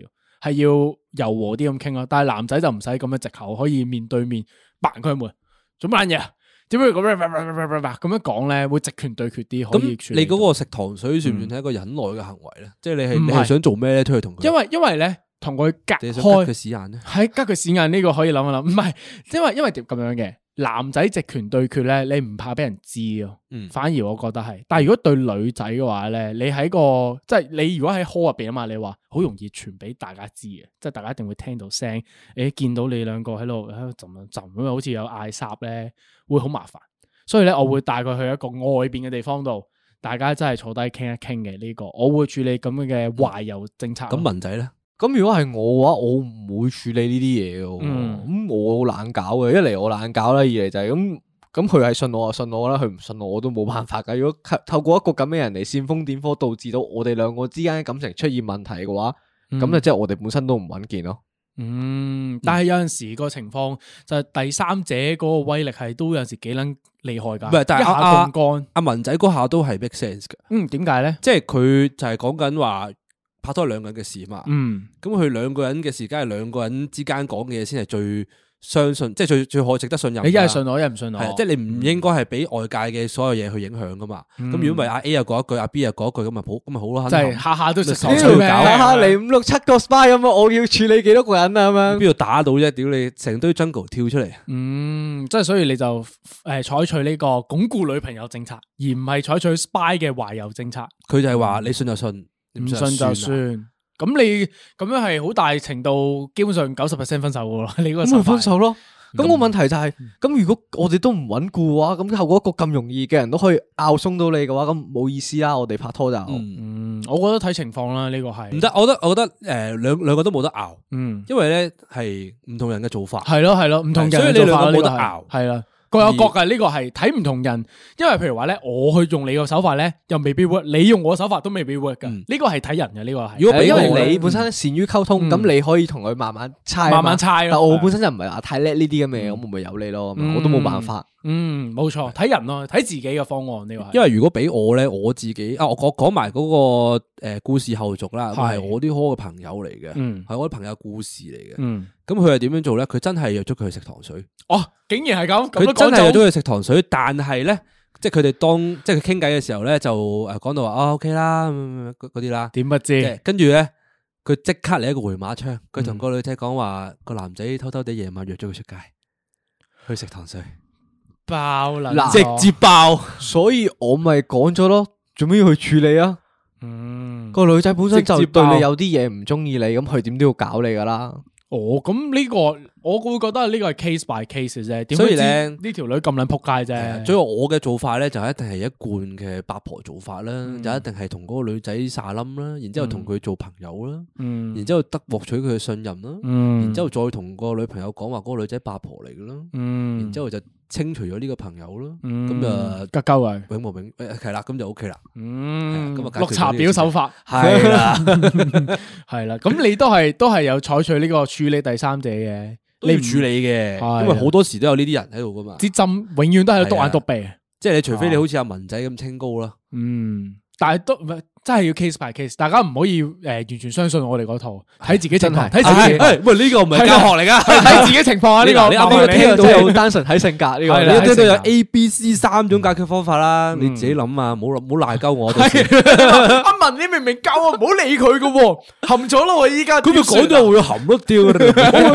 C: 係要柔和啲咁傾咯。但係男仔就唔使咁嘅藉口，可以面對面扮佢門做乜嘢？點解要咁樣咁樣講咧？會直拳對決啲，可
B: 咁
C: 以處理
B: 你
C: 到嗯
B: 嗰個食糖水算唔算係一個忍耐嘅行為咧？即係你係
C: 唔
B: 你
C: 係
B: 係想做咩咧？出去同佢，
C: 因為因為咧同佢隔
B: 你係想
C: 開
B: 吉佢。屎眼咧？
C: 喺吉佢屎眼呢個可以諗一諗，唔係，因為因為點咁樣嘅男仔直拳對決咧，你唔怕俾人知咯，
B: 嗯
C: 反而我覺得係。但係如果對女仔嘅話咧，你喺個即係你如果喺 hall 入邊啊嘛，你話好容易傳俾大家知嘅，即係大家一定會聽到聲，誒見到你兩個喺度喺度浸浸咁，好似有嗌霎咧，會好麻煩。所以咧我會帶佢去一個外邊嘅地方度，大家真係坐低傾一傾嘅呢個，我會處理咁樣嘅懷柔政策。
B: 咁文仔咧，
A: 咁如果係我嘅話，我唔會處理呢啲嘢嘅喎。咁、
C: 嗯
A: 我好懶搞嘅，一嚟我懶搞啦，二嚟就係咁。咁佢係信我就信我啦，佢唔信我我都冇辦法噶。如果透透過一個咁嘅人嚟煽風點火，導致到我哋兩個之間嘅感情出現問題嘅話，
C: 嗯
A: 咁就即係我哋本身都唔穩健咯。
C: 嗯，但係有陣時個情況就係第三者嗰個威力係都有陣時幾撚厲害㗎，
B: 唔係但係
C: 一下
B: 啊啊
C: 槓桿。
B: 阿文仔嗰下都係 make sense 嘅，
C: 嗯，點解咧？
B: 即係佢就係講緊話拍拖係兩個人嘅事嘛。
C: 嗯
B: 咁佢兩個人嘅時間係兩個人之間講嘅嘢先係最相信，即係最最可值得信任㗎。
C: 你一係信我，一嗯係唔信我
B: 係，，即係你唔應該係俾外界嘅所有嘢去影響噶嘛。
C: 嗯
B: 咁如果唔係阿 A 又講一句，阿啊 B 又講一句，咁咪好，咁咪好咯。
C: 即係下下都食
B: 你
C: 手
B: 手
C: 指
B: 搞
C: 咩？
A: 下下你五六七個 spy 咁啊，我要處理幾多個人啊咁樣。
B: 邊度打到啫？屌你，成堆 jungle 跳出嚟，
C: 嗯，即係所以你就诶采、採取呢個鞏固女朋友政策，而唔係採取 spy 嘅懷柔政策，
B: 佢就係話你信就信，你
C: 唔信就
B: 啊。
C: 算。咁你咁樣係好大程度，基本上九十 percent 分手噶咯。你嗰個
A: 咁咪
C: 手法
A: 分手咯。嗯咁個問題就係，咁如果我哋都唔穩固嘅話，咁透過一個咁容易嘅人都可以拗鬆到你嘅話，咁冇意思啦。我哋拍拖就
B: 嗯
C: 嗯，我覺得睇情況啦，呢、個係
B: 唔得，。我覺得我覺得诶，兩两个都冇得拗，
C: 嗯，
B: 因為咧係唔同人嘅做法。
C: 係咯係咯，唔同人
B: 所以
C: 嘅
B: 你
C: 做法
B: 兩個
C: 呢
B: 冇
C: 個
B: 得
C: 係
B: 拗
C: 係啦。各有各嘅呢個係睇唔同人，因為譬如話咧，我去用你個手法咧，又未必 work；你用我手法都未必 work 噶。
B: 嗯
C: 呢個係睇人嘅，呢個係。
B: 如果
A: 係
B: 俾
A: 因
B: 我
A: 為你
B: 咧
A: 本身善於溝通，
C: 嗯
A: 咁你可以同佢慢慢猜啊嘛，
C: 慢慢猜咯
A: 但我本身就唔係話太叻呢啲咁嘅嘢，咁我咪由你咯，咁樣我都冇辦法。
C: 嗯，冇錯，睇人咯，睇自己嘅方案呢個係。
B: 因為如果俾我咧，我自己啊，我講講埋嗰個诶故事後續啦，
C: 係
B: 係我啲好嘅朋友嚟嘅，
C: 嗯
B: 係我啲朋友故事嚟嘅。
C: 嗯，
B: 咁佢係點樣做咧？佢真係約咗佢去食糖水。
C: 哦，竟然係咁，咁
B: 佢
C: 都
B: 真係
C: 講
B: 約
C: 中
B: 咗佢食糖水，但係咧，即係佢哋當即係佢傾偈嘅時候咧，就诶講到話啊 OK 啦，咁咁嗰啲啦，
C: 點不
B: 即
C: 知
B: 係跟住咧，佢即刻嚟一個回馬槍，佢同個女仔講話個男仔偷偷地夜晚約咗佢出街去食糖水，
C: 爆啦，
A: 嗱
B: 直接爆，
A: 所以我咪講咗咯，做咩要去處理啊？
C: 嗯，
A: 個女仔本身就
B: 直接爆
A: 對你有啲嘢唔中意你，咁佢點都要搞你噶啦。
C: 哦，咁呢個我會覺得呢個係 case by case 嘅啫，點
B: 所以啊
C: 會知
B: 咧
C: 呢條女咁撚仆街啫，
B: 所以我嘅做法咧就一定係一貫嘅八婆做法啦，
C: 嗯
B: 就一定係同嗰個女仔撒冧啦，然之后同佢做朋友啦，
C: 嗯
B: 然之后得獲取佢嘅信任啦，
C: 嗯，
B: 然之后再同個女朋友講話嗰個女仔八婆嚟嘅啦。
C: 嗯，
B: 然之後就清除咗呢個朋友咯，
C: 嗯
B: 咁就
C: 吉鳩佢，
B: 永無永誒係啦，咁就 O K 啦，
C: 嗯，
B: 係咁啊解決咗
C: 綠茶婊手法
B: 係啦，
C: 係啦，咁你都係都係有採取呢個處理第三者嘅，
B: 都要
C: 你唔
B: 處理嘅，
C: 係
B: 因為好多時都有呢啲人喺度噶嘛，
C: 支針永遠都喺度篤眼篤鼻。啊
B: 即係你啊除非你好似阿文仔咁清高啦，
C: 嗯，但系都唔係真係要 case by case，大家唔可以诶、呃完全相信我哋嗰套，睇自己情況，
B: 啊
C: 睇自己
B: 係哎
C: 情況，
B: 誒喂呢個唔係
C: 係
B: 教學
C: 啊
B: 嚟噶，
C: 係睇自己情況啊！呢個
B: 你啱啱
C: 麻煩
B: 聽到
C: 呢個
A: 聽到
C: 真係
A: 有單純睇性格呢
C: 係
A: 個
C: 啦。
B: 你一聽到有
C: 係
B: A、B、C 三種解決方法啦，你自己諗啊，唔好唔好賴鳩我，到時
C: 阿文，你明明教我唔好理佢噶喎，含咗咯，我依家啊
B: 咁咪講到會含咯，屌你明唔 明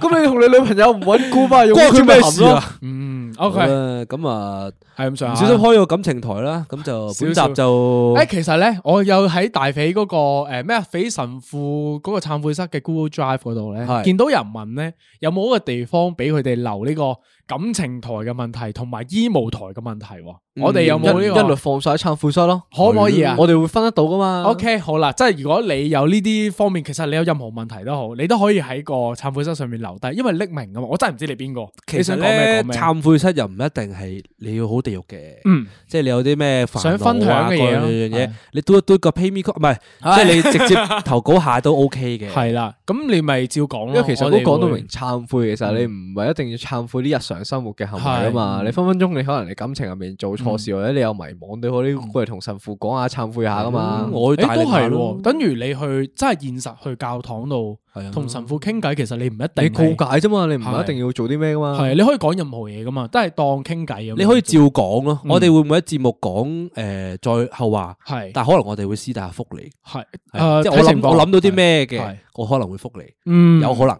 A: 咁你同你女朋友唔穩固嘛，用
B: 關
A: 招
B: 佢
A: 咪
B: 咩
A: 含
B: 事
A: 咯。
B: 啊？
C: 嗯
B: 好
C: ，OK，
B: 啦咁啊，哎
C: 係咁
B: 唔
C: 上
B: 小
C: 下。
B: 心開咗感情台啦，咁就本
C: 少少
B: 集就
C: 誒，哎其實咧，我有喺大肥嗰、個誒咩、匪神父嗰個懺悔室嘅 Google Drive 嗰度咧，
B: 係
C: 見到人問咧，有冇一個地方俾佢哋留呢個感情台嘅問題同埋醫務台嘅問題喎？我哋有冇
A: 一
C: 呢、
A: 一
C: 個
A: 律？放晒喺懺悔室咯，嗯
C: 可唔可以啊
A: 我哋會分得到噶嘛
C: O、k 好啦，即係如果你有呢啲方面，其實你有任何問題都好，你都可以喺個懺悔室上面留低，因為匿名噶嘛，我真係唔知你邊個。
B: 其
C: 你
B: 實
C: 想講咩
B: 咧，
C: 講咩？
B: 懺悔室又唔一定係你要好地獄嘅，
C: 嗯，
B: 即係你有啲咩煩惱啊
C: 想分享嘅嘢咯
B: 各樣嘢
C: 係，
B: 你嘟一嘟個 PayMe code，唔係，即係你直接投稿下都 OK 嘅。
C: 係啦，咁你咪照講咯。
A: 因為其實
C: 我
A: 都
C: 哋
A: 講到
C: 會嗯
A: 明懺悔，其實你唔係一定要懺悔啲日常生活嘅行為啊嘛。
C: 係嗯
A: 你分分鐘你可能你感情入面做錯事，或者你有迷茫，你可以過嚟同神父講下懺悔下噶嘛
B: 嗯。我
C: 誒
B: 大力
C: 都
B: 下
C: 係
B: 咯
C: 喎，等於你去真係現實去教堂度
B: 係啊
C: 同神父傾偈，其實你唔一定
A: 你
C: 係
A: 告解啫嘛，你唔係
C: 係
A: 一定要做啲咩噶嘛。
C: 係你可以講任何嘢噶嘛，都係當傾偈咁樣。
B: 你可以照講咯。
C: 嗯
B: 我哋會唔會喺節目講诶再後話？
C: 係
B: 但可能我哋會私底下覆你，
C: 係
B: 係
C: 嗯
B: 啊
C: 誒，
B: 即係
C: 睇
B: 我諗
C: 情況
B: 我諗到啲？咩
C: 係
B: 嘅，我可能會覆你，
C: 嗯，
B: 有可能。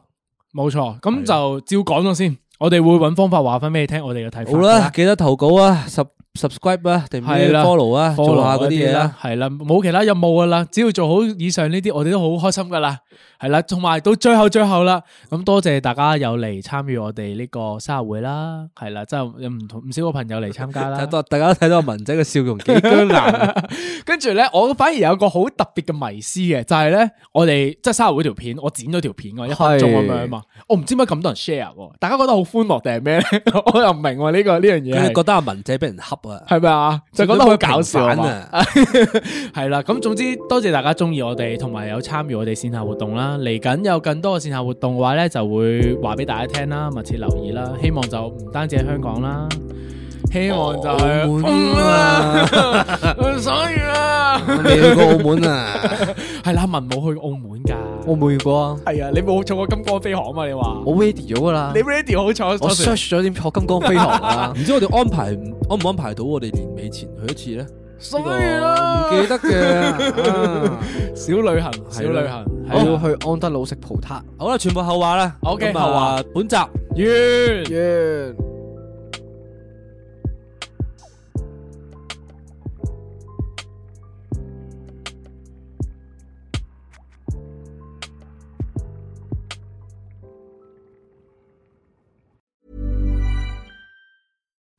C: 冇錯，咁就照講咗先。我哋會揾方法話翻俾你聽，我哋嘅睇法。
B: 好啦，，記得投稿啊！十 subscribe 啊，定唔知
C: 係啦
B: follow 啊，做下嗰啲嘢啦。，
C: 系啦，冇其他任務噶啦，只要做好以上呢啲，我哋都好開心噶啦，係啦，同埋到最後最後啦，咁多謝大家有嚟參與我哋呢個生日會啦，係啦，真係有唔同唔少個朋友嚟參加啦
B: 睇。到大家都睇到阿文仔嘅笑容幾 僵硬，
C: 跟住咧，我反而有個好特別嘅迷思嘅，就係咧，我哋即係生日會條片，我剪咗條片喎，一分鐘咁樣嘛，我唔知點解咁多人 share，喎大家覺得好歡樂定係咩咧？我又唔明喎呢個呢樣嘢
B: 佢哋
C: 係。
B: 覺得阿文仔俾人恰啊。
C: 系咪啊？就覺得好搞笑
B: 平
C: 啊
B: 反！
C: 系啦，咁總之多謝大家中意我哋，同埋有參與我哋線下活動啦。嚟緊有更多嘅線下活動嘅話咧，就會話俾大家聽啦，密切留意啦。希望就唔單止喺香港啦，希望就係
B: 澳門
C: 嗯
B: 啊
C: 啊，所以啊，
B: 你去過澳門啊？
C: 係啦，文冇去澳門㗎，
A: 我冇遇過啊，
C: 係啊，你冇坐過金光飛航啊嘛？你話
A: 我 ready 咗噶啦
C: 你，ready 好坐，
A: 我 search 咗點坐金剛飛航啊啦
C: 啊
B: 唔。知我哋安排唔安唔安排到我哋年尾前去一次咧？
C: 所
B: 呢個
C: 以
B: 唔
C: 啦，
B: 記得嘅。啊
C: 小旅行，小旅行，
A: 我
C: 係
A: 要
C: 啦
A: 去安德魯食葡撻。
B: 好啦，全部後話啦。
C: OK，
B: 咁啊
C: 後話
B: 本集。
C: 完。